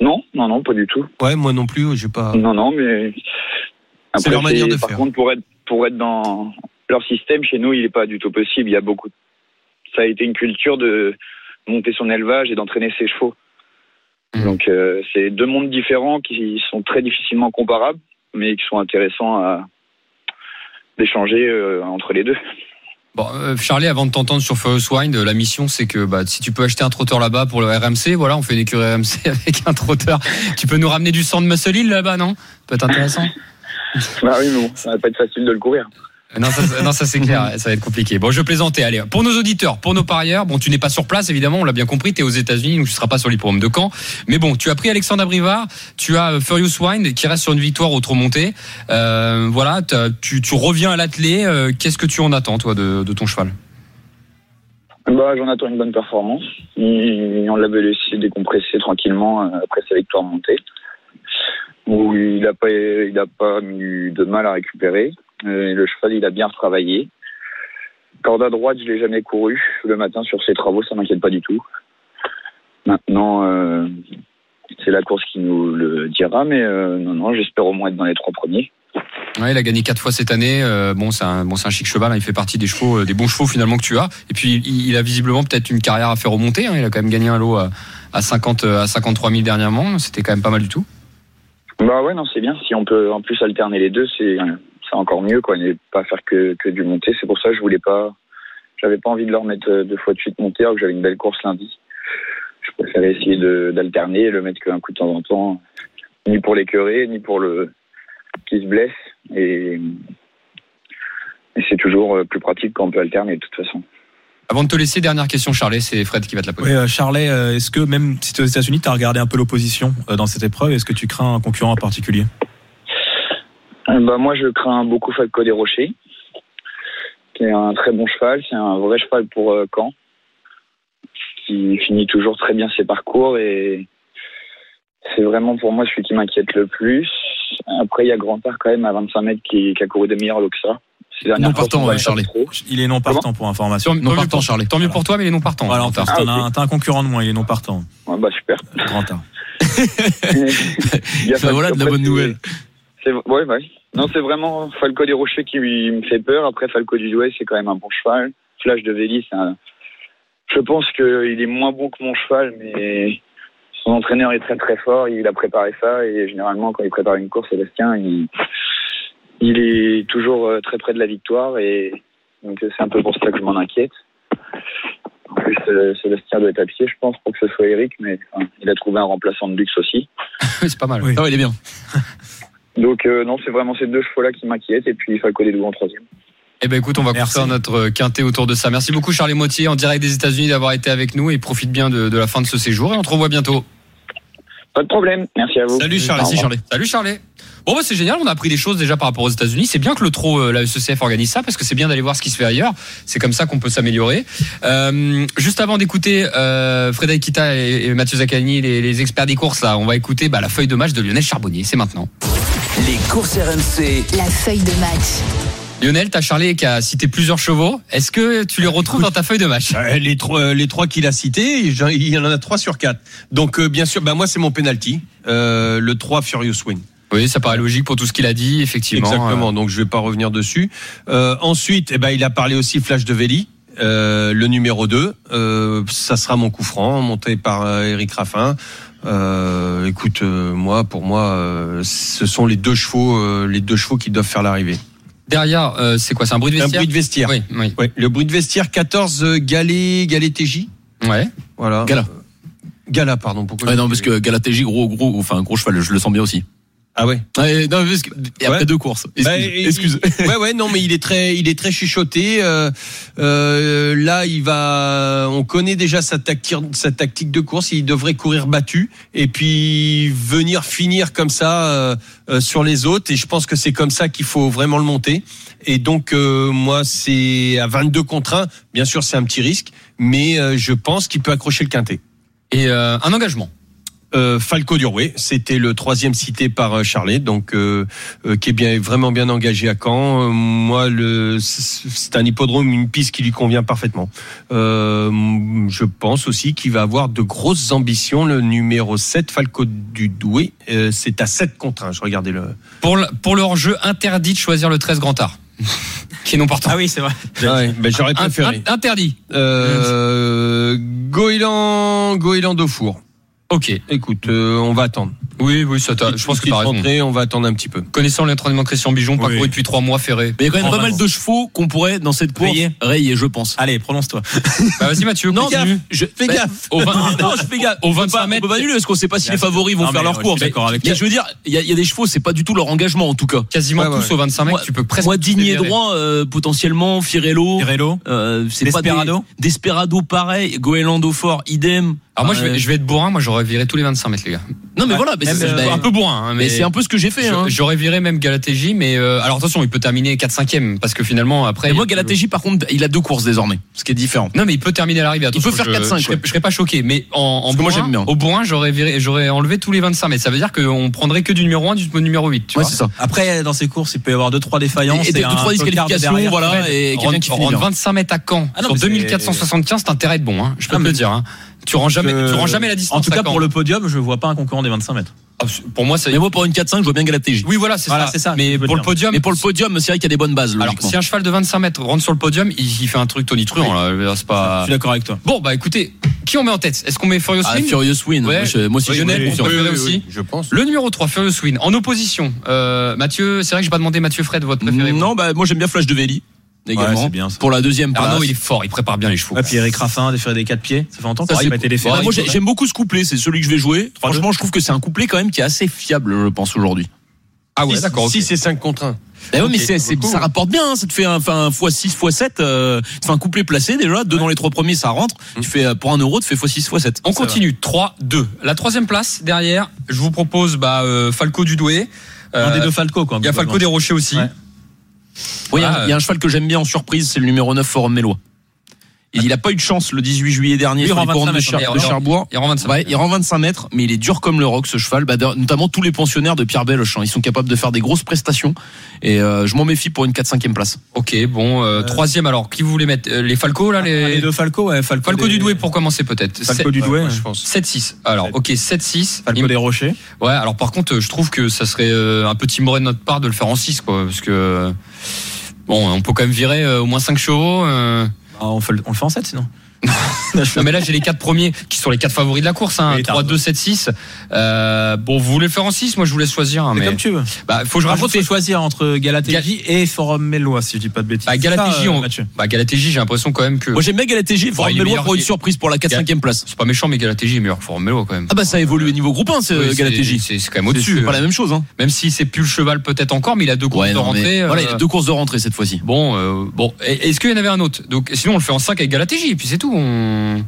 Non, non, non, pas du tout.
Ouais, moi non plus, j'ai pas.
Non, non, mais.
Ah. C'est leur manière de
par
faire.
contre, pour être, pour être dans leur système, chez nous, il n'est pas du tout possible. Il y a beaucoup. Ça a été une culture de monter son élevage et d'entraîner ses chevaux.
Mmh.
Mhm.
Donc, euh, c'est deux mondes différents qui sont très difficilement comparables, mais qui sont intéressants à d'échanger euh, entre les deux.
Bon, euh, Charlie, avant de t'entendre sur Furious Wind, euh, la mission c'est que bah, si tu peux acheter un trotteur là-bas pour le RMC, voilà, on fait une écurie RMC avec un trotteur. Tu peux nous ramener du sang de Muscle Hill là-bas, non Ça peut être intéressant.
Bah oui, mais bon, ça va pas être facile de le courir.
Non, ça, ça- non, ça, c'est clair, ça va être compliqué. Bon, je plaisantais. Allez, pour nos auditeurs, pour nos parieurs, bon, tu n'es pas sur place, évidemment, on l'a bien compris, tu es aux États-Unis, donc tu seras pas sur l'hippodrome de Caen. Mais bon, tu as pris Alexandre Abrivard, tu as euh, Furious Wind qui reste sur une victoire au trop monté. Euh, voilà, t'as- tu, tu reviens à l'attelé. euh, Qu'est-ce que tu en attends, toi, de, de ton cheval
Bah, j'en attends une bonne performance. Il- on l'avait laissé décompresser tranquillement euh, après sa victoire montée, où il n'a pas, il a pas eu de mal à récupérer. Euh, et le cheval, il a bien travaillé. Corde à droite, je l'ai jamais couru le matin sur ses travaux, ça m'inquiète pas du tout. Maintenant, euh, c'est la course qui nous le dira, mais euh, non, non, j'espère au moins être dans les trois premiers.
Ouais, il a gagné quatre fois cette année. Euh, bon, c'est un, bon, c'est un chic cheval. hein. Il fait partie des chevaux, euh, des bons chevaux finalement que tu as. Et puis, il, il a visiblement peut-être une carrière à faire remonter. hein. Il a quand même gagné un lot à, à 50, euh, à 53 000 dernièrement. C'était quand même pas mal du tout.
Bah ouais, non, c'est bien. Si on peut en plus alterner les deux, c'est c'est encore mieux, quoi. Ne pas faire que, que du monté. C'est pour ça que je voulais pas. J'avais pas envie de leur mettre euh, deux fois de suite monté, alors que j'avais une belle course lundi. Je préférais essayer de- d'alterner et le mettre qu'un coup de temps en temps, ni pour l'écœurer, ni pour le. qui se blesse. Et. et c'est toujours euh, plus pratique quand on peut alterner, de toute façon.
Avant de te laisser, dernière question, Charlie. C'est Fred qui va te la poser.
Oui, euh, Charlet, euh, est-ce que même si tu es aux États-Unis, tu as regardé un peu l'opposition euh, dans cette épreuve Est-ce que tu crains un concurrent en particulier
Euh, Bah, moi, je crains beaucoup Falco des Rochers, qui est un très bon cheval. C'est un vrai cheval pour euh, Caen, qui finit toujours très bien ses parcours. Et c'est vraiment pour moi celui qui m'inquiète le plus. Après, il y a Grand Art quand même à 25 mètres qui, qui a couru des meilleurs lots que ça. Ces dernières
Non
courses,
partant,
on va
euh,
ouais,
pas
Charlie.
trop.
Il est non partant pour information.
Tant- tant mieux pour-
Charlie.
Tant mieux pour toi, mais il est non partant.
Voilà, en fait,
Tard.
t'en
ok.
as un- t'as un concurrent de moins, il est non partant.
Ouais, bah, super.
Grand A.
Il y a
Enfin,
Falco,
Bah, voilà de la
après,
bonne
c'est-
nouvelle.
c'est- Ouais, ouais. Non, c'est vraiment Falco des Rochers qui lui, me fait peur. Après, Falco du Douai, c'est quand même un bon cheval. Flash de Vélis, c'est un- je pense qu'il est moins bon que mon cheval, mais son entraîneur est très très fort. Il a préparé ça et généralement, quand il prépare une course, Sébastien, il, il est toujours euh, très près de la victoire et donc euh, c'est un peu pour ça que je m'en inquiète. En plus, euh, Sébastien doit être à pied, je pense, pour que ce soit Eric, mais enfin, il a trouvé un remplaçant de luxe aussi.
c'est pas mal.
Oui.
Ah ouais, il est bien.
Donc euh, non, c'est vraiment ces deux chevaux-là qui m'inquiètent et puis Falco des Loups en troisième.
Eh ben écoute, on va
Merci.
construire notre quintet autour de ça. Merci beaucoup, Charlie Moitié, en direct des États-Unis, d'avoir été avec nous et profite bien de, de la fin de ce séjour. Et on te revoit bientôt.
Pas de problème, merci à vous.
Salut Charles,
Au revoir.
Salut Charlie. Bon, bah, c'est génial, on a appris des choses déjà par rapport aux États-Unis. C'est bien que le trop, euh, la SECF organise ça parce que c'est bien d'aller voir ce qui se fait ailleurs. C'est comme ça qu'on peut s'améliorer. Euh, juste avant d'écouter euh, Frédéric Kita et, et Mathieu Zaccani, les, les experts des courses, là, on va écouter bah, la feuille de match de Lionel Charbonnier. C'est maintenant.
Les courses RMC,
La feuille de match.
Lionel, t'as Charlie qui a cité plusieurs chevaux. Est-ce que tu les retrouves dans ta feuille de match
Euh, Les trois, les trois qu'il a cités, j'en- il y en a trois sur quatre. Donc euh, bien sûr, bah moi c'est mon penalty, euh, le 3 Furious Win.
Oui, ça paraît logique pour tout ce qu'il a dit, effectivement. euh.
Exactement. Donc je vais pas revenir dessus. Euh, ensuite, eh ben il a parlé aussi Flash de Velli. euh, le numéro 2, euh, ça sera mon coup franc, monté par euh, Eric Raffin. Euh, écoute, euh, moi, pour moi, euh, ce sont les deux chevaux, euh, les deux chevaux qui doivent faire l'arrivée.
Derrière, euh, c'est quoi C'est un bruit de
Un
vestiaire
bruit de vestiaire.
Oui, oui.
Ouais, le bruit de vestiaire 14 euh, Galet Galet TJ.
Ouais.
Voilà.
Gala.
Euh, Gala, pardon. Pourquoi
Ouais,
j'ai
non,
dit-
parce que Galatéji, gros, gros, enfin, gros cheval, je le sens bien aussi.
Ah ouais.
Ouais, non, parce que, et après
Ouais.
deux courses. Excuse.
Bah, et-
excuse.
ouais ouais non mais il est très il est très chuchoté euh, euh, là il va on connaît déjà sa tactique sa tactique de course il devrait courir battu et puis venir finir comme ça euh, euh, sur les autres et je pense que c'est comme ça qu'il faut vraiment le monter et donc euh, moi c'est à 22 contre 1 bien sûr c'est un petit risque mais euh, je pense qu'il peut accrocher le quintet
Et euh, un engagement.
euh, Falco Durouet, c'était le troisième cité par euh, Charlet, donc euh, euh, qui est bien vraiment bien engagé à Caen. Euh, moi, le, c'est c'est un hippodrome, une piste qui lui convient parfaitement. Euh, je pense aussi qu'il va avoir de grosses ambitions. Le numéro 7, Falco du Douai, euh, c'est à 7 contre 1. Je regardais le.
Pour, le- pour leur jeu, interdit de choisir le 13 grand art. qui est non portant.
oui, c'est vrai.
Ah
Ben, J'aurais
Un-
préféré.
un- interdit.
Euh, Goéland, Goéland Daufour.
Ok.
Écoute, euh, on va attendre.
Oui, oui, ça t'a- je pense que
Petite
t'as raison.
rentrée, on va attendre un petit peu.
Connaissant l'entraînement de Christian Bijon, pas
Oui.
couru depuis trois mois ferré.
Mais il y a quand même
Oh,
pas mal
vraiment.
de chevaux qu'on pourrait, dans cette course,
Rayer.
rayer, je pense.
Allez, prononce-toi.
Bah, vas-y Mathieu,
Non,
continue.
je,
Fais
bah,
gaffe.
Au vingt-
Non, je fais gaffe.
Au
On peut
25
pas-
mètres.
On peut pas annuler parce qu'on sait pas si les favoris vont
Non,
faire
mais
leur
ouais,
course.
je suis d'accord avec
Mais
toi.
je veux dire, il y, a- il y a des chevaux, c'est pas du tout leur engagement en tout cas.
Quasiment
Ouais,
tous
ouais.
au 25 mètres,
Moi-
tu peux presque.
Moi, Digné
considérer.
droit, euh, potentiellement, Firello.
Pirello
Euh, c'est pas des-
Desperado
Desperado pareil, Goélando fort, idem.
Alors moi, je
Euh,
vais, je vais être bourrin. Moi, j'aurais viré tous les 25 mètres, les gars.
Non mais
Ouais,
voilà, mais
même,
c'est-
euh,
bah,
un peu bourrin, hein,
mais c'est un peu ce que j'ai fait.
Je-
hein.
J'aurais viré même Galatéji, mais euh, alors attention, il peut terminer 4-5e parce que finalement après.
Et moi,
il-
Galatéji, par contre, il a deux courses désormais, ce qui est différent.
Non, mais il peut terminer à l'arrivée. Attention,
peut faire
je-
4-5,
Je, serais-
ouais.
je serais pas choqué, mais en, en
Parce que moi,
bourrin,
j'aime bien.
au bourrin, j'aurais viré, j'aurais enlevé tous les 25 mètres. Ça veut dire qu'on prendrait que du numéro 1 du numéro 8. Tu
Ouais,
vois.
c'est ça.
Après, dans ces courses, il peut y avoir 2-3 défaillances.
Et, et deux,
un
trois
peu quart
disqualifications,
derrière.
voilà, et quelqu'un
Rendre-
qui finit
rendre
bien.
25 mètres à Caen
Ah non,
sur
mais c'est-
2475, t'as intérêt de bon. Hein. Je peux
Ah,
te
mais-
le dire. Hein. Tu rends jamais,
Que-
tu rends jamais la distance.
En tout
à
cas,
Caen.
pour le podium, je vois pas un concurrent des 25 mètres.
Ah, pour moi, c'est.
Mais moi, pour une 4-5, je vois bien Galatéji.
Oui, voilà, c'est
Voilà,
ça.
c'est ça,
Mais
je veux
pour le
dire.
podium,
Mais pour le podium, c'est vrai qu'il y a des bonnes bases.
alors
logiquement.
si un cheval de 25 mètres rentre sur le podium, il, il fait un truc tonitruant. là. C'est
Je
pas.
suis d'accord avec toi.
Bon, bah écoutez, qui on met en tête Est-ce qu'on met Furious
Ah,
Win
Furious Win.
Ouais.
Moi, je- moi aussi,
Oui,
je
Lionel,
suis
on
confiant.
peut le verrer aussi.
je pense.
Le numéro 3, Furious Win, en opposition. Euh, Mathieu, c'est vrai que j'ai pas demandé Mathieu Fred, votre préféré.
Non, bah, moi, j'aime bien Flash de Véli. Également.
c'est bien, ça.
pour la deuxième place.
Ah,
Arnaud, il est fort, il prépare bien les chevaux.
Ouais, puis Eric Raffin, déféré des 4 pieds. Ça fait longtemps
Ça,
Ah,
qu'on
c'est-
mettait les
Ouais,
ferrailles.
moi j'ai- j'aime beaucoup ce couplet, c'est celui que je vais jouer. Franchement, je trouve que c'est un couplet quand même qui est assez fiable, je pense aujourd'hui.
Ah ouais, d'accord. ok.
6 et 5 contre 1.
Bah ouais, mais
Ok,
c'est- c'est- ça rapporte bien, hein, ça te fait un, enfin, un x6 x7, euh, tu fais un couplet placé déjà, deux dans les trois premiers, ça rentre.
Mm.
Tu fais euh, pour un euro, tu fais x6 x7.
On continue. 3, 2. La troisième place, derrière, je vous propose bah, euh, Falco du Douai. Euh,
Un des deux Falco, quoi.
il y a Falco des Rochers aussi.
Ouais.
Oui, il y a-
Ah,
il y, a un cheval que j'aime bien en surprise, c'est le numéro 9 Forum Mélois. Et il a pas eu de chance le 18 juillet dernier
Lui, il
sur les
rend
couronnes
25
de, Char-
mètres,
de
il rend-
Cherbourg.
Il rend 25.
Ouais, il rend 25 mètres, mais il est dur comme le roc ce cheval. Bah, d'ailleurs, notamment tous les pensionnaires de Pierre Bellechamp, ils sont capables de faire des grosses prestations. Et euh, je m'en méfie pour une 4-5e place.
Ok, bon. euh, Troisième, alors, qui vous voulez mettre Euh, Les Falco, là
Ah, Un
les...
des deux Falco, ouais. Falco,
Falco
des-
du Douai pour commencer, peut-être.
Falco du Douai.
je pense.
7-6. Alors, ok, 7-6. hein. Il
Falco
me-
des Rochers.
Ouais, alors par contre, euh, je trouve que ça serait euh, un peu timoré de notre part de le faire en 6, quoi. Parce que. euh, Bon, on peut quand même virer euh, au moins 5 chevaux. euh.
Ah, on, fait le- on le fait en 7 sinon.
Non, mais là, j'ai les 4 premiers qui sont les 4 favoris de la course. Hein,
Oui, t'as
3,
raison.
2, 7, 6. Euh, bon, vous voulez le faire en 6 Moi, je vous laisse choisir. hein,
C'est
mais
comme tu veux.
bah, faut que je
Par contre,
rajoute.
faut choisir entre Galatéji et Forum Mélois, si je dis pas de bêtises.
Bah, Galatéji,
C'est ça, euh,
on-
Mathieu.
Bah, Galatéji, j'ai l'impression quand même que.
Moi j'aime bien Galatéji,
il
Forum
est
Mélois
meilleur
pour une
qu'il-
surprise pour la 4-5e place.
C'est pas méchant, mais Galatéji est meilleur que Formello quand même.
Ah bah ça évolue au niveau groupe 1,
Oui,
c'est
c'est-
Galatéji.
C'est c'est quand même
C'est
au-dessus.
pas la
euh.
même chose. Hein.
Même si c'est plus le cheval peut-être encore, mais il a deux courses
Ouais,
de
non, mais-
rentrée. euh,
Voilà, il y a deux courses de rentrée cette fois-ci.
Bon, euh, bon. Et- Est-ce qu'il y en avait un autre Donc, sinon, on le fait en 5 avec Galatéji, et puis c'est tout. On...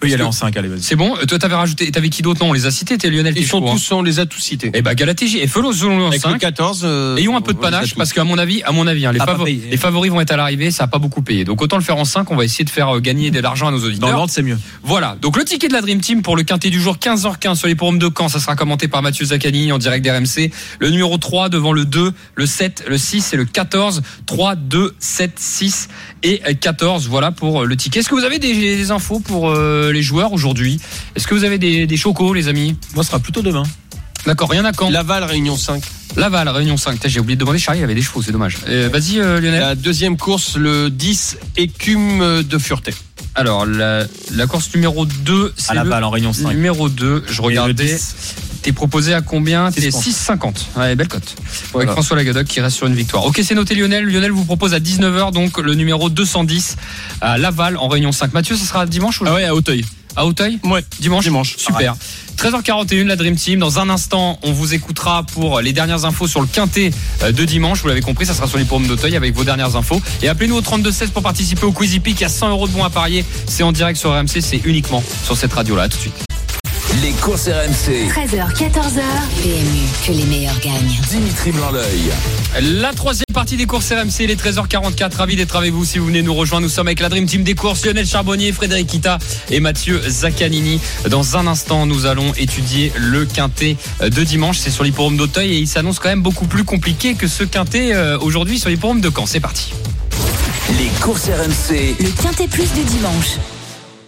peut y aller en 5, allez, vas-y.
C'est bon Euh, Toi, t'avais rajouté. T'avais qui d'autre Non, on les a cités, t'es Lionel
Ils sont
Tichou, hein.
tous, on les a tous cités.
Eh ben Galatéji et Felo selon en
Avec le
5.
14. euh,
Ayons un peu de
on les a
panache
tous.
parce qu'à mon avis, à mon avis, hein, les,
Ah, pas
favori-
payé.
les favoris vont être à l'arrivée, ça n'a pas beaucoup payé. Donc autant le faire en 5, on va essayer de faire euh, gagner de l'argent à nos
Dans
auditeurs.
l'ordre, c'est mieux.
Voilà. Donc le ticket de la Dream Team pour le quintet du jour 15h15 sur les forums de Caen, ça sera commenté par Mathieu Zaccani en direct d'RMC. Le numéro 3 devant le 2, le 7, le 6 et le 14. 3 2 7 6 et 14. Voilà pour euh, le ticket. Est-ce que vous avez des, des infos pour euh, les joueurs aujourd'hui Est-ce que vous avez des, des chocos les amis
Moi, ce sera plutôt demain.
D'accord, rien à Caen.
Laval, Réunion 5.
Laval, Réunion 5. Putain, J'ai oublié de demander, Charlie il avait des chevaux, c'est dommage. Euh, Vas-y, euh, Lionel.
La deuxième course, le 10, écume de Fureté.
Alors, la, la course numéro 2, c'est
À la
le
balle, en Réunion 5.
numéro 2. Je
Ah, Et le
regardais.
10.
T'es proposé à combien T'es
6,50.
6,50. Ouais, belle cote.
Voilà.
Avec François Lagadoc qui reste sur une victoire. Ok, c'est noté Lionel. Lionel vous propose à 19h donc le numéro 210 à Laval en Réunion 5. Mathieu, ça sera dimanche ou
Ah ouais, à Auteuil.
à Auteuil
Ouais.
Dimanche
Dimanche.
Super. 13h41, la Dream Team. Dans un instant, on vous écoutera pour les dernières infos sur le quintet euh, de dimanche. Vous l'avez compris, ça sera sur les forums d'Auteuil avec vos dernières infos. Et appelez-nous au 3216 pour participer au Quiz Epic. Il y a 100 euros de bons à parier. C'est en direct sur RMC, c'est uniquement sur cette radio-là. À tout de suite.
Les courses RMC.
13h, 14h, PMU, que les meilleurs gagnent.
Dimitri Blanc-L'œil.
La troisième partie des courses RMC, les 13h44. Ravi d'être avec vous si vous venez nous rejoindre. Nous sommes avec la Dream Team des courses, Lionel Charbonnier, Frédéric Kita et Mathieu Zaccanini. Dans un instant, nous allons étudier le quintet euh, de dimanche. C'est sur l'hipporome d'Auteuil et il s'annonce quand même beaucoup plus compliqué que ce quintet euh, aujourd'hui sur l'hipporome de Caen. C'est parti.
Les courses RMC.
Le Quintet Plus du dimanche.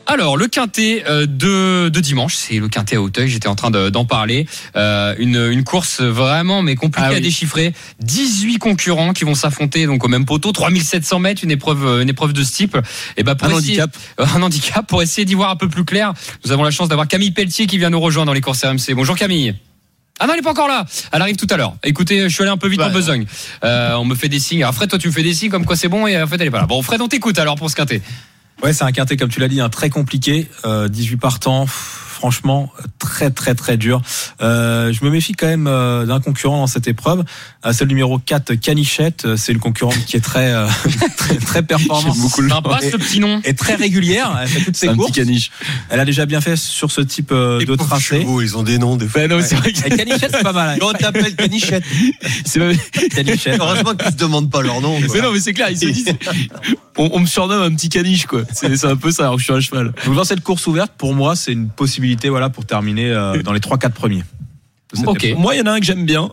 Alors, le quintet euh, de, de dimanche, c'est le quintet à Auteuil, j'étais en train de- d'en parler. Euh, une, une course vraiment, mais compliquée
Ah oui.
à déchiffrer. 18 concurrents qui vont s'affronter donc au même poteau, 3700 mètres, une épreuve, euh, une épreuve de ce type. Et ben pour
Un
essayer-
handicap.
euh, un handicap. Pour essayer d'y voir un peu plus clair, nous avons la chance d'avoir Camille Pelletier qui vient nous rejoindre dans les courses RMC. Bonjour Camille. Ah non, elle est pas encore là. Elle arrive tout à l'heure. Écoutez, je suis allé un peu vite
Bah,
en besogne. Euh, on me fait des signes. Alors Fred, toi, tu me fais des signes comme quoi c'est bon et euh, en fait, elle est pas là. Bon, Fred, on t'écoute alors pour ce quintet.
Ouais, c'est un quintet, comme tu l'as dit, un très compliqué. Euh, 18 partants, pff, franchement, très, très, très dur. Euh, je me méfie quand même euh, d'un concurrent dans cette épreuve. Euh, c'est le numéro 4, Canichette. Euh, C'est une concurrente qui est très, euh, très, très performante.
Sympa
Et-
ce petit nom.
est très régulière. Elle fait toutes ses
un
courses.
petit caniche.
Elle a déjà bien fait sur ce type euh, de tracé.
ils ont des noms des fois.
Ben non, c'est vrai que
Et Canichette, c'est pas mal.
On t'appelle Canichette.
c'est même-
Canichette.
Heureusement qu'ils ne se demandent pas leur nom. quoi.
Mais non, mais c'est clair, ils se disent. On, on me surnomme un petit caniche, quoi. C'est c'est un peu ça, alors que je suis un cheval.
Donc dans cette course ouverte, pour moi, c'est une possibilité voilà, pour terminer euh, dans les 3-4 premiers. de cette
Ok.
épreuve.
Moi, il y en a un que j'aime bien.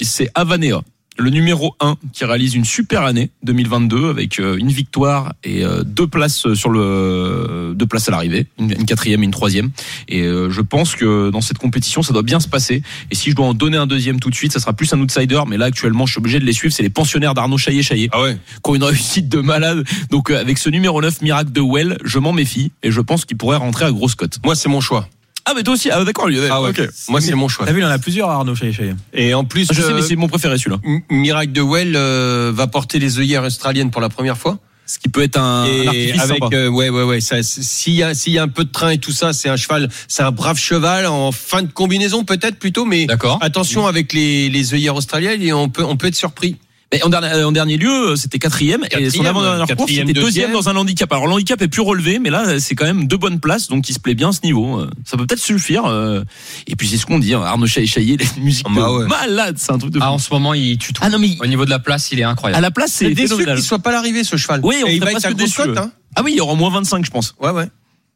et C'est Avanea, le numéro 1, qui réalise une super année 2022 avec euh, une victoire et euh, deux places sur le euh, deux places à l'arrivée, une, une quatrième et une troisième. Et euh, je pense que dans cette compétition, ça doit bien se passer. Et si je dois en donner un deuxième tout de suite, ça sera plus un outsider. Mais là, actuellement, je suis obligé de les suivre. C'est les pensionnaires d'Arnaud Chaillet-Chaillet
Ah ouais.
qui ont une réussite de malade. Donc euh, avec ce numéro 9, Miracle de Well, je m'en méfie et je pense qu'il pourrait rentrer à grosse cote.
Moi, c'est mon choix.
Ah mais toi aussi, ah d'accord Lionel.
Ah ouais.
ok.
Moi, c'est mon choix.
T'as vu, il y en a plusieurs, Arnaud Chaillet.
Et en plus,
Je sais
euh,
mais c'est mon préféré celui-là.
M- Miracle de Well euh, va porter les œillères australiennes pour la première fois.
Ce qui peut être un, un
et
artifice
avec
sympa.
euh, ouais ouais ouais ça c'est- s'il y a s'il y a un peu de train et tout ça c'est un cheval c'est un brave cheval en fin de combinaison peut-être plutôt mais
D'accord.
attention avec les les œillères australiennes et on peut on peut être surpris
Mais en dernier, en dernier lieu, euh, c'était quatrième, et son
Quatrième,
avant-dernière
ouais.
course,
Quatrième,
c'était
deuxième.
deuxième dans un handicap. Alors le handicap est plus relevé, mais là, c'est quand même deux bonnes places, donc il se plaît bien à ce niveau. Euh, Ça peut peut-être suffire. euh, Et puis c'est ce qu'on dit, hein, Arnaud Chaillet, Chaillet, la musique
Ah bah
de
ouais.
malade, c'est un truc de fou.
Ah, en ce moment, il tue tout.
Ah non mais
Au niveau de la place, il est
à
incroyable.
la place, c'est
c'est déçu
phénoménal.
qu'il soit pas à l'arrivée ce cheval
Oui, on
et il va
serait
être
presque
à grosse
déçu,
cote
ouais.
hein.
Ah oui, il y aura au moins 25, je pense.
ouais ouais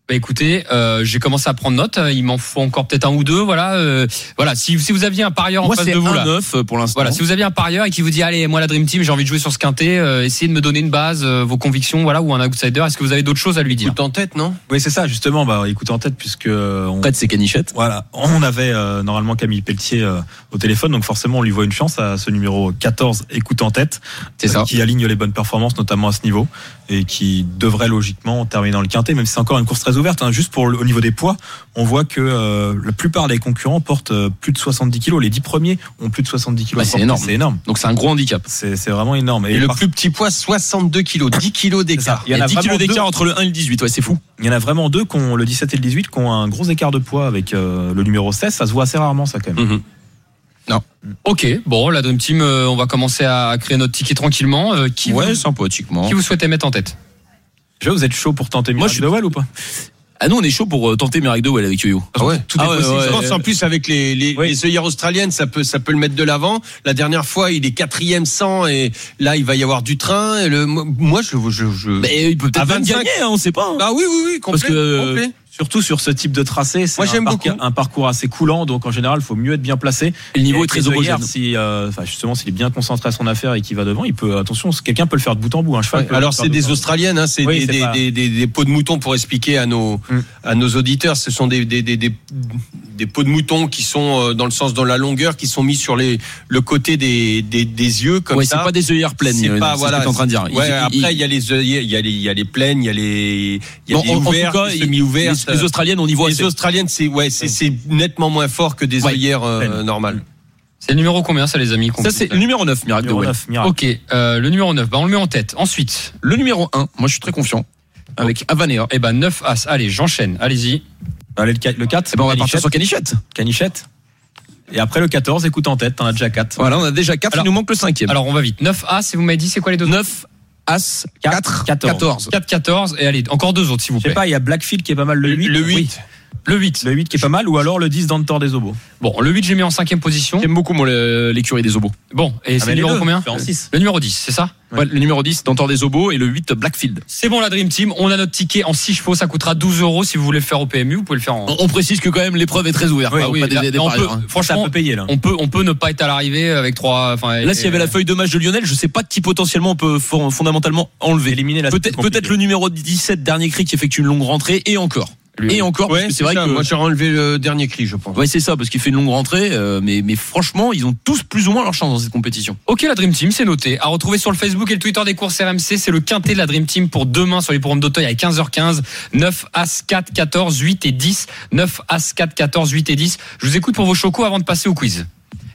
Bah, écoutez, euh, j'ai commencé à prendre note. Il m'en faut encore peut-être un ou deux. Voilà, euh, voilà. Si, si vous aviez un parieur en
Moi,
face
c'est
de vous
un
là.
9 pour l'instant.
Voilà, si vous aviez un parieur et qui vous dit allez moi la Dream Team j'ai envie de jouer sur ce quintet, euh, essayez de me donner une base, euh, vos convictions, voilà ou un outsider. Est-ce que vous avez d'autres choses à lui dire
Coup en tête non
Oui, c'est ça, justement. Bah, écoutez en tête, puisque euh, on,
Après, c'est Canichette.
Voilà, on avait euh, normalement Camille Pelletier euh, au téléphone, donc forcément on lui voit une chance à ce numéro 14, écoute en tête,
C'est
euh,
ça.
qui aligne les bonnes performances, notamment à ce niveau, et qui devrait logiquement terminer dans le quintet, même si c'est encore une course très ouverte. hein. juste pour le- au niveau des poids, on voit que euh, la plupart des concurrents portent euh, plus de 70 kilos. Les 10 premiers ont plus de 70 kilos.
Bah,
à
c'est
porter.
énorme.
C'est énorme.
Donc c'est un gros handicap.
C'est c'est vraiment énorme.
et, le
par-
plus petit poids 62 kilos 10 kilos d'écart
Il y en
Il y a
a
10
vraiment
kilos
deux.
d'écart entre le 1 et le 18, ouais, c'est fou.
Il y en a vraiment deux, qui ont, le 17 et le 18, qui ont un gros écart de poids avec euh, le numéro 16. Ça se voit assez rarement, ça quand même.
Ok, bon la Dream Team, euh, on va commencer à créer notre ticket tranquillement. Euh, qui,
ouais,
vous,
sympathiquement.
qui vous souhaitez mettre en tête
Je vois, vous êtes chaud pour tenter
Moi,
Miracle
je suis-
de Wall ou pas
Ah nous on est chaud pour euh, tenter Merrick Dowell avec Yo-Yo.
Ah ouais.
Tout est possible.
Je pense en plus avec les, les,
Oui.
les œillères australiennes, ça peut, ça peut le mettre de l'avant. La dernière fois, il est quatrième 100 et là, il va y avoir du train. Et le, moi, je, je, je...
Bah,
Mais il peut
À
peut-être même
25.
gagner, hein, on sait pas. hein.
Ah oui, oui, oui, complet.
Parce que- euh,
complet.
Surtout sur ce type de tracé, c'est
Moi,
un,
j'aime
parc-
beaucoup.
un parcours assez coulant, donc en général, il faut mieux être bien placé.
Ah, Et le niveau
Et
est très
les œillères,
homogène.
Si, euh, enfin, justement, s'il est bien concentré à son affaire et qu'il va devant, il peut. Attention, quelqu'un peut le faire de bout en bout. Un cheval.
Ouais,
peut le
alors
faire
c'est
de bout
des
en bout.
australiennes, hein, c'est des,
Oui, c'est
des,
pas-
des, des- des peaux de mouton pour expliquer à nos
Mm.
à nos auditeurs. Ce sont des des, des, des des peaux de mouton qui sont euh, dans le sens dans la longueur, qui sont mis sur les le côté des des, des yeux comme
Ouais, c'est
ça.
pas des œillères pleines.
C'est
euh,
pas
c'est ce
voilà.
que t'es en train de dire. Il-
Ouais,
il-
après il y a les œillets, il y a les il y a les plaines, il y a les il y a
Bon,
les
en- en tout
ouvertes,
cas,
les
il-
semi-ouvertes.
les, les australiennes on y voit.
Les
c'est-
australiennes c'est ouais c'est c'est nettement moins fort que des
Ouais,
œillères euh,
pleines.
normales.
C'est le numéro combien ça les amis qu'on
Ça c'est le
complète
numéro 9 Merrick
Numéro
Dowell.
neuf, miracle.
Ok, euh, le numéro 9, bah on le met en tête. Ensuite,
Le numéro 1, moi je suis très confiant avec Avanea.
eh ben 9 As. Allez, j'enchaîne, allez-y.
Allez, le, qua- le 4,
Eh ben, on va partir sur Canichette.
Canichette. Et après le 14, écoute en tête, t'en as déjà 4.
Voilà, on a déjà 4,
Alors-
il nous manque le cinquième.
Alors on va vite. 9 As, et vous m'avez dit c'est quoi les deux
9, As, 4, 14.
4, 14, et allez, encore deux autres s'il vous
Je sais
plaît.
pas, il y a Blackfield qui est pas mal le 8.
Le 8,
Oui.
Le 8.
Le 8 qui est pas mal, ou alors le 10 dans le tort des obos.
Bon, le 8 j'ai mis en cinquième position.
J'aime beaucoup moi, le- l'écurie des obos.
Bon, et c'est
Ah, mais
le
les
numéro
deux,
combien
c'est en six.
Le numéro 10, c'est ça
Ouais, le numéro 10, Dentor des obos, et le 8, Blackfield.
C'est bon la Dream Team, on a notre ticket en 6 chevaux, ça coûtera 12 euros si vous voulez le faire au PMU, vous pouvez le faire en...
On, on précise que quand même l'épreuve est très ouverte.
Oui,
hein,
Bah oui,
pas des-
là,
des- des
on
parieurs, hein.
peut,
Ça
franchement,
peut payer, là.
on peut, on peut ne pas être à l'arrivée avec trois. Enfin,
Là, s'il y avait la feuille de match de Lionel, je sais pas qui potentiellement on peut fon- fondamentalement enlever.
Éliminer la
Peut-être peut le numéro 17, dernier cri, qui effectue une longue rentrée, et encore.
Lui-
et encore, parce
Ouais,
que c'est vrai
ça,
que.
moi j'aurais enlevé le dernier cri, je pense.
Ouais, c'est ça, parce qu'il fait une longue rentrée, euh, mais, mais franchement, ils ont tous plus ou moins leur chance dans cette compétition.
Ok, la Dream Team, c'est noté. À retrouver sur le Facebook et le Twitter des courses RMC, c'est le quintet de la Dream Team pour demain sur les programmes d'Auteuil à 15h15. 9, As, 4, 14, 8 et 10. 9, As, 4, 14, 8 et 10. Je vous écoute pour vos chocos avant de passer au quiz.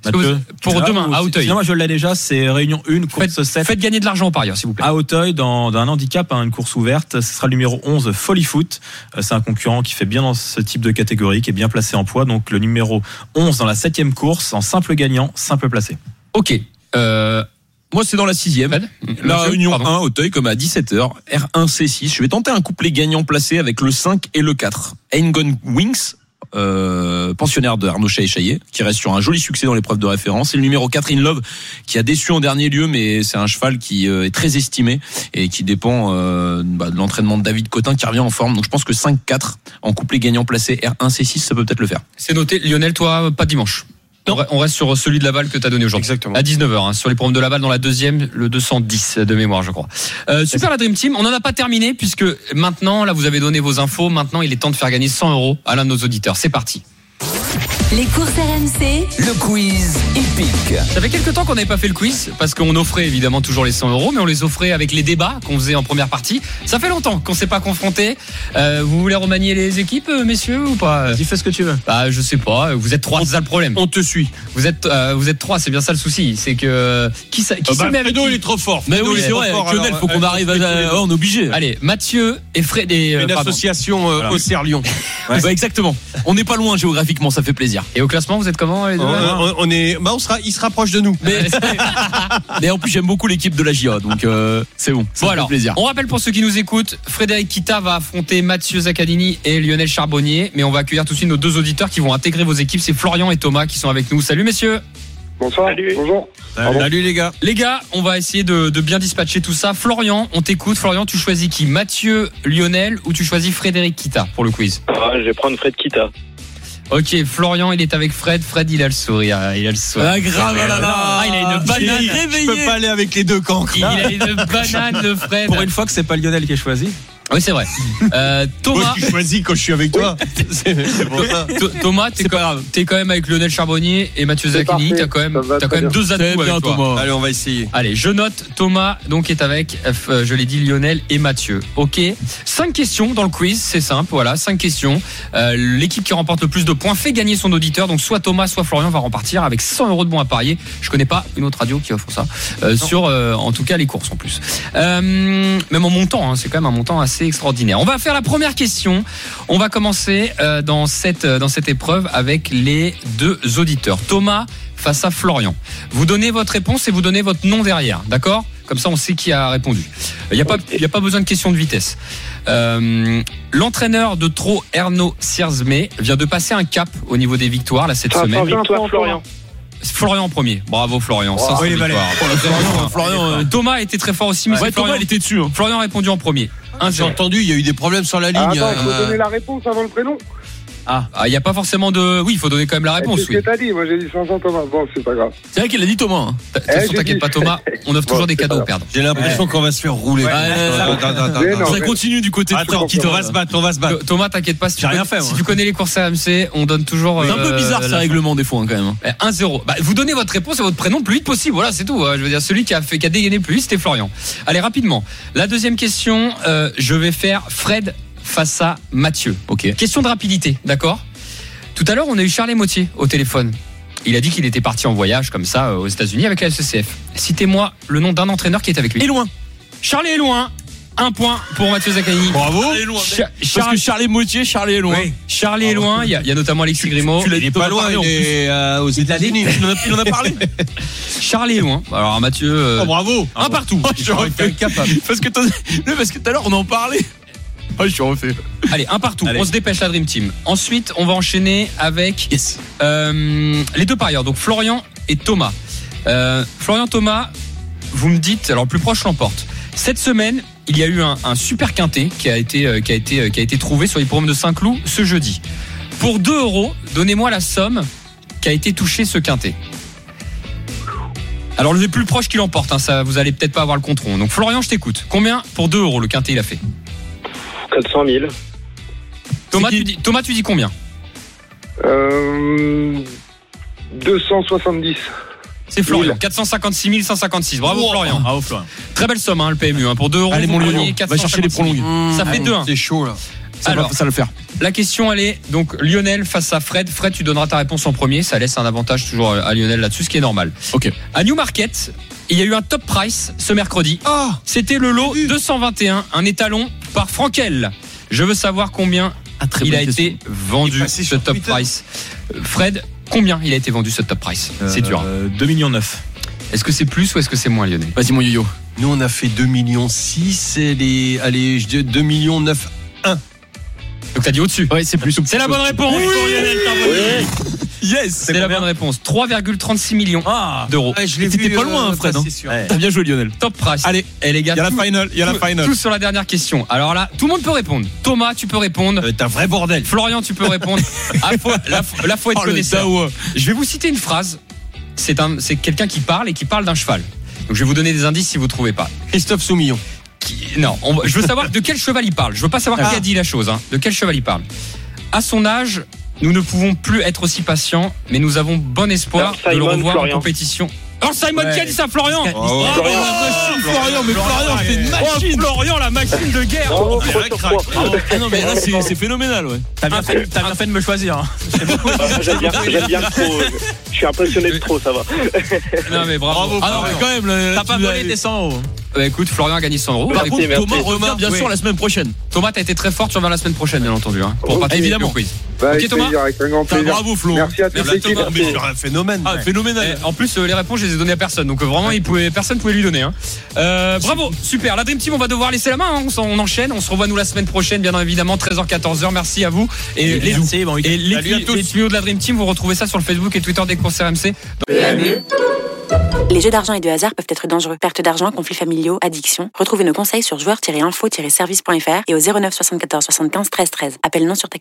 Est-ce que vous- pour demain, à Auteuil.
Sinon, moi je l'ai déjà, c'est euh, réunion 1, course
Faites,
7.
faites gagner de l'argent aux parieurs, s'il vous plaît.
À Auteuil, dans, dans un handicap, hein, une course ouverte, ce sera le numéro 11, Folly Foot. Euh, C'est un concurrent qui fait bien dans ce type de catégorie, qui est bien placé en poids. Donc le numéro 11 dans la septième course, en simple gagnant, simple placé.
Ok. Euh,
Ah. Moi, c'est dans la sixième.
Fred
La
Monsieur,
Réunion
pardon.
1, Auteuil, comme à 17h, R1C6. Je vais tenter un couplet gagnant placé avec le 5 et le 4. Engon Wings, euh, pensionnaire de Arnaud Chaéchaillé, qui reste sur un joli succès dans l'épreuve de référence. Et le numéro 4, In Love, qui a déçu en dernier lieu, mais c'est un cheval qui euh, est très estimé et qui dépend euh, bah, de l'entraînement de David Cotin, qui revient en forme. Donc je pense que 5-4 en couplet gagnant placé R1C6, ça peut peut-être le faire.
C'est noté. Lionel, toi, pas dimanche. On re- On reste sur euh, celui de Laval que tu as donné aujourd'hui.
Exactement.
À 19h, hein, sur les programmes de Laval dans la deuxième, le 210 de mémoire, je crois. Euh, super la Dream Team, on n'en a pas terminé puisque maintenant, là, vous avez donné vos infos. Maintenant, il est temps de faire gagner 100 euros à l'un de nos auditeurs. C'est parti.
Les courses RMC,
Le quiz épique.
Ça fait quelques temps qu'on n'avait pas fait le quiz parce qu'on offrait évidemment toujours les 100 euros, mais on les offrait avec les débats qu'on faisait en première partie. Ça fait longtemps qu'on s'est pas confronté. Euh, vous voulez remanier les équipes, euh, messieurs, ou pas
Dis, fais ce que tu veux.
Bah, je sais pas. Vous êtes trois, c'est ça le problème.
On te suit.
Vous êtes, euh, vous êtes trois, c'est bien ça le souci. C'est que euh, qui, ça- qui
Ah
se
bah,
met avec
Fredo,
qui
il est trop fort.
Mais
Fredo,
oui,
il est
c'est
trop
vrai,
fort,
Lionel,
alors,
faut qu'on
euh,
arrive à...
tous les deux.
ouais, on est obligé.
Allez, Mathieu et Fred et, euh,
Une
pardon.
association euh,
Voilà.
au Cerf Lyon.
Bah, exactement. On n'est pas loin géographiquement, ça fait plaisir.
Et au classement, vous êtes comment les deux
On, on- on est, bah on sera, il se rapproche de nous.
Mais-
Mais en plus, j'aime beaucoup l'équipe de la JA, donc euh, c'est bon. Ça
Bon
fait
alors,
plaisir.
on rappelle pour ceux qui nous écoutent, Frédéric Kita va affronter Mathieu Zaccadini et Lionel Charbonnier, mais on va accueillir tout de suite nos deux auditeurs qui vont intégrer vos équipes, c'est Florian et Thomas qui sont avec nous. Salut messieurs
Bonsoir. Bonjour.
Salut les gars.
Les gars, on va essayer de, de bien dispatcher tout ça. Florian, on t'écoute. Florian, tu choisis qui Mathieu, Lionel ou tu choisis Frédéric Kita pour le quiz
Ah, je vais prendre Fred Kita.
Ok, Florian, il est avec Fred. Fred, il a le sourire. Il a le sourire.
Ah, grave, ah là là.
Ah, il a une banane.
Il est
Je peux
réveillé.
pas aller avec les deux camps.
Il a une banane de Fred.
Pour une fois que c'est pas Lionel qui est choisi.
Oui, c'est vrai. Euh, Thomas,
Moi, je suis choisi quand je suis avec toi. C'est c'est pour ça.
Th- Thomas, t'es quand, t'es quand même avec Lionel Charbonnier et Mathieu
C'est
Zacchini.
parfait,
T'as quand même,
ça va
t'as
très
quand même
bien.
deux atouts
C'est
avec
bien,
toi.
Thomas.
Allez, on va essayer.
Allez, je note. Thomas, donc, est avec, euh, je l'ai dit, Lionel et Mathieu. Ok. Cinq questions dans le quiz. C'est simple. Voilà. Cinq questions. Euh, l'équipe qui remporte le plus de points fait gagner son auditeur. Donc, soit Thomas, soit Florian va repartir avec 100 euros de bons à parier. Je connais pas une autre radio qui offre ça. Euh, sur, euh, en tout cas, les courses en plus. Euh, même en montant, hein, c'est quand même un montant assez extraordinaire. On va faire la première question. On va commencer euh, dans, cette, euh, dans cette épreuve avec les deux auditeurs. Thomas face à Florian. Vous donnez votre réponse et vous donnez votre nom derrière, d'accord Comme ça, on sait qui a répondu. Il n'y a, pas- il y a pas besoin de question de vitesse. Euh, L'entraîneur de Trot, Ernaud Siersme, vient de passer un cap au niveau des victoires là, cette semaine.
Victoire Florian.
Florian en premier. Bravo Florian. Ça, c'est
oui,
une
les
victoire.
Florian, Florian, euh,
Thomas était très fort aussi, mais
ouais,
c'est Florian,
Thomas, il était dessus. hein.
Florian a répondu en premier. Un
J'ai
zéro.
entendu, il y a eu des problèmes sur la ligne.
Ah, attends, il faut
euh,
donner la réponse avant le prénom.
Ah, il n'y a pas forcément de. Oui, il faut donner quand même
Ah,
la
Eh,
réponse.
C'est ce
Oui.
que t'as dit. Moi, j'ai dit 500 Thomas. Bon, c'est pas grave.
C'est vrai qu'il a dit Thomas. hein.
De toute façon,
j'ai
t'inquiète
dit-
pas, Thomas. On offre toujours
Bon,
des
c'est
cadeaux
pas
aux perdants.
J'ai l'impression qu'on va se faire rouler.
Ouais, ouais,
attends, attends, attends,
Mais non.
attends.
Ça
mais-
continue du côté de
Attends, Kito, on va se battre, on va se
Ah,
battre.
Th- Thomas, t'inquiète pas. Si tu,
J'ai rien
connais-
fait,
si
moi.
tu connais les courses AMC, on donne toujours.
C'est un peu
euh,
bizarre ces
la-
règlements des fois hein, quand même.
Eh, 1-0. Bah, vous donnez votre réponse et votre prénom le plus vite possible. Voilà, c'est tout. hein. Je veux dire, celui qui a, fait, qui a dégainé le plus vite, c'était Florian. Allez, rapidement. La deuxième question, euh, je vais faire Fred face à Mathieu.
Ok.
Question de rapidité, d'accord Tout à l'heure, on a eu Charles Motier au téléphone. Il a dit qu'il était parti en voyage comme ça euh, aux États-Unis avec la SCF. Citez-moi le nom d'un entraîneur qui est avec lui.
Et loin.
Charlie est loin. Un point pour Mathieu Zaccani.
Bravo.
Cha-
Parce
Char-
que Charlie Motier, Charlie est loin.
Oui.
Charlie est loin. Il y, a- il y a notamment Alexis Grimaud.
Il est pas loin, il est euh, aux États-Unis. Il en a- il en a parlé.
Charlie est loin. Alors Mathieu. euh,
Oh, bravo.
Un partout. Ah,
Oh, je suis refait. Parce que t'en- Mais parce que tout à l'heure on en parlait.
Ah,
Oh, je suis refait.
Allez, un partout.
Allez.
On se dépêche la Dream Team. Ensuite, on va enchaîner avec
Yes.
euh, les deux parieurs, donc Florian et Thomas. Euh, Florian Thomas, vous me dites, alors le plus proche l'emporte. Cette semaine, il y a eu un, un super quintet qui a été euh, qui a été euh, qui a été trouvé sur les programmes de Saint-Cloud ce jeudi. Pour 2 euros, donnez-moi la somme qui a été touchée ce quintet. Alors le plus proche qui l'emporte, hein, ça vous allez peut-être pas avoir le compte rond. Donc Florian, je t'écoute. Combien pour 2 euros le quintet il a fait
400 000.
Thomas, tu dis, Thomas, tu dis combien
Euh, 270.
C'est Florian. 456 156. Bravo Florian.
Bravo Florian.
Très belle somme, hein, le PMU. hein. Pour 2 euros,
Allez,
vous
mon
prenez
Lyon, va chercher les
456.
prolongues.
Ça fait
Mmh,
2-1.
C'est chaud, là.
hein. Ça
Alors.
va ça va le faire.
La question, elle est donc Lionel face à Fred. Fred, tu donneras ta réponse en premier. Ça laisse un avantage toujours euh, à Lionel là-dessus, ce qui est normal.
Ok.
À Newmarket, il y a eu un top price ce mercredi.
Ah
C'était le lot 221, un étalon par Frankel. Je veux savoir combien
Ah, très
il
bonne
a
question.
été vendu,
passé
ce
sur
top
Twitter.
price. Euh, Fred, combien il a été vendu, ce top price
Euh,
C'est dur. hein.
2 Euh, millions 9.
Est-ce que c'est plus ou est-ce que c'est moins, Lionel
Vas-y mon yo-yo.
Nous, on a fait 2 millions 6 et les, allez, je dis 2 millions 9.
Donc, t'as dit au-dessus.
Ouais, c'est plus.
C'est la bonne réponse pour Lionel Charbonnier.
Yes.
C'est la bonne réponse. 3,36 millions d'euros.
Ah. Ouais, je l'ai
T'étais
vu,
pas loin,
euh,
Fred, hein.
c'est sûr.
T'as bien joué Lionel.
Top price.
Allez.
et les gars,
Il y a la
tout-
finale, il y a la
tout-
finale.
Tout sur la dernière question. Alors là, tout le monde peut répondre. Thomas, tu peux répondre.
Euh, T'as un vrai bordel.
Florian, tu peux répondre. À fo- la, fo- la foi est
Oh, le
connaisseur.
Dawa.
Je vais vous citer une phrase. C'est un- c'est quelqu'un qui parle et qui parle d'un cheval. Donc je vais vous donner des indices si vous trouvez pas.
Christophe Soumillon.
Qui- non, on va- je veux savoir de quel cheval il parle. Je veux pas
Ah.
savoir qui a dit la chose. hein. De quel cheval il parle. À son âge, nous ne pouvons plus être aussi patients, mais nous avons bon espoir
Alors,
de le
Simon,
revoir
Florian.
en compétition. Alors Simon, qui a dit ça, Florian
Oh, ouais. Ah Oh,
Bravo, Florian, mais Florian, c'est une machine. Florian, la machine de guerre.
Oh, trois sur trois.
Ah non mais là c'est c'est phénoménal ouais.
T'as bien, fait, t'as bien fait de me choisir. hein.
Ah, J'aime bien, j'aime bien trop. Je suis impressionné de trop, ça va.
Non mais bravo.
Ah non mais quand même. là,
T'as
tu
pas
l'as-
volé tes 100 euros. hein.
Bah, écoute, Florian a gagné 100 euros. Bah,
Par
Merci,
contre,
merci.
Thomas revient bien
Oui.
sûr la semaine prochaine.
Thomas, t'as été très fort. Tu reviens la semaine prochaine, bien entendu. Hein, pour
Ok.
participer
Évidemment.
au quiz.
Bah,
Ok,
avec
Thomas.
plaisir, avec un grand
Ah,
plaisir.
bravo Flo.
Merci à tous
Merci,
les équipes.
Thomas.
Mais sur un phénomène.
Ah phénoménal.
Eh, En plus, euh, les réponses, je les ai données à personne. Donc euh, vraiment, il pouvait, personne pouvait lui donner. hein. Euh, bravo, super. La Dream Team, on va devoir laisser la main. hein. On, s'en- on enchaîne. On se revoit nous la semaine prochaine, bien évidemment, 13h, 14h. Merci à vous. Et les,
Eh, Merci, bon week-end.
et les,
Salut à tous.
les tuyaux de la Dream Team, vous retrouvez ça sur le Facebook et Twitter des courses RMC.
Les jeux d'argent et de hasard peuvent être dangereux. Perte d'argent, conflits familiaux, addiction. Retrouvez nos conseils sur joueurs-info-service.fr et au 09 74 75 13 13. Appel non surtaxé.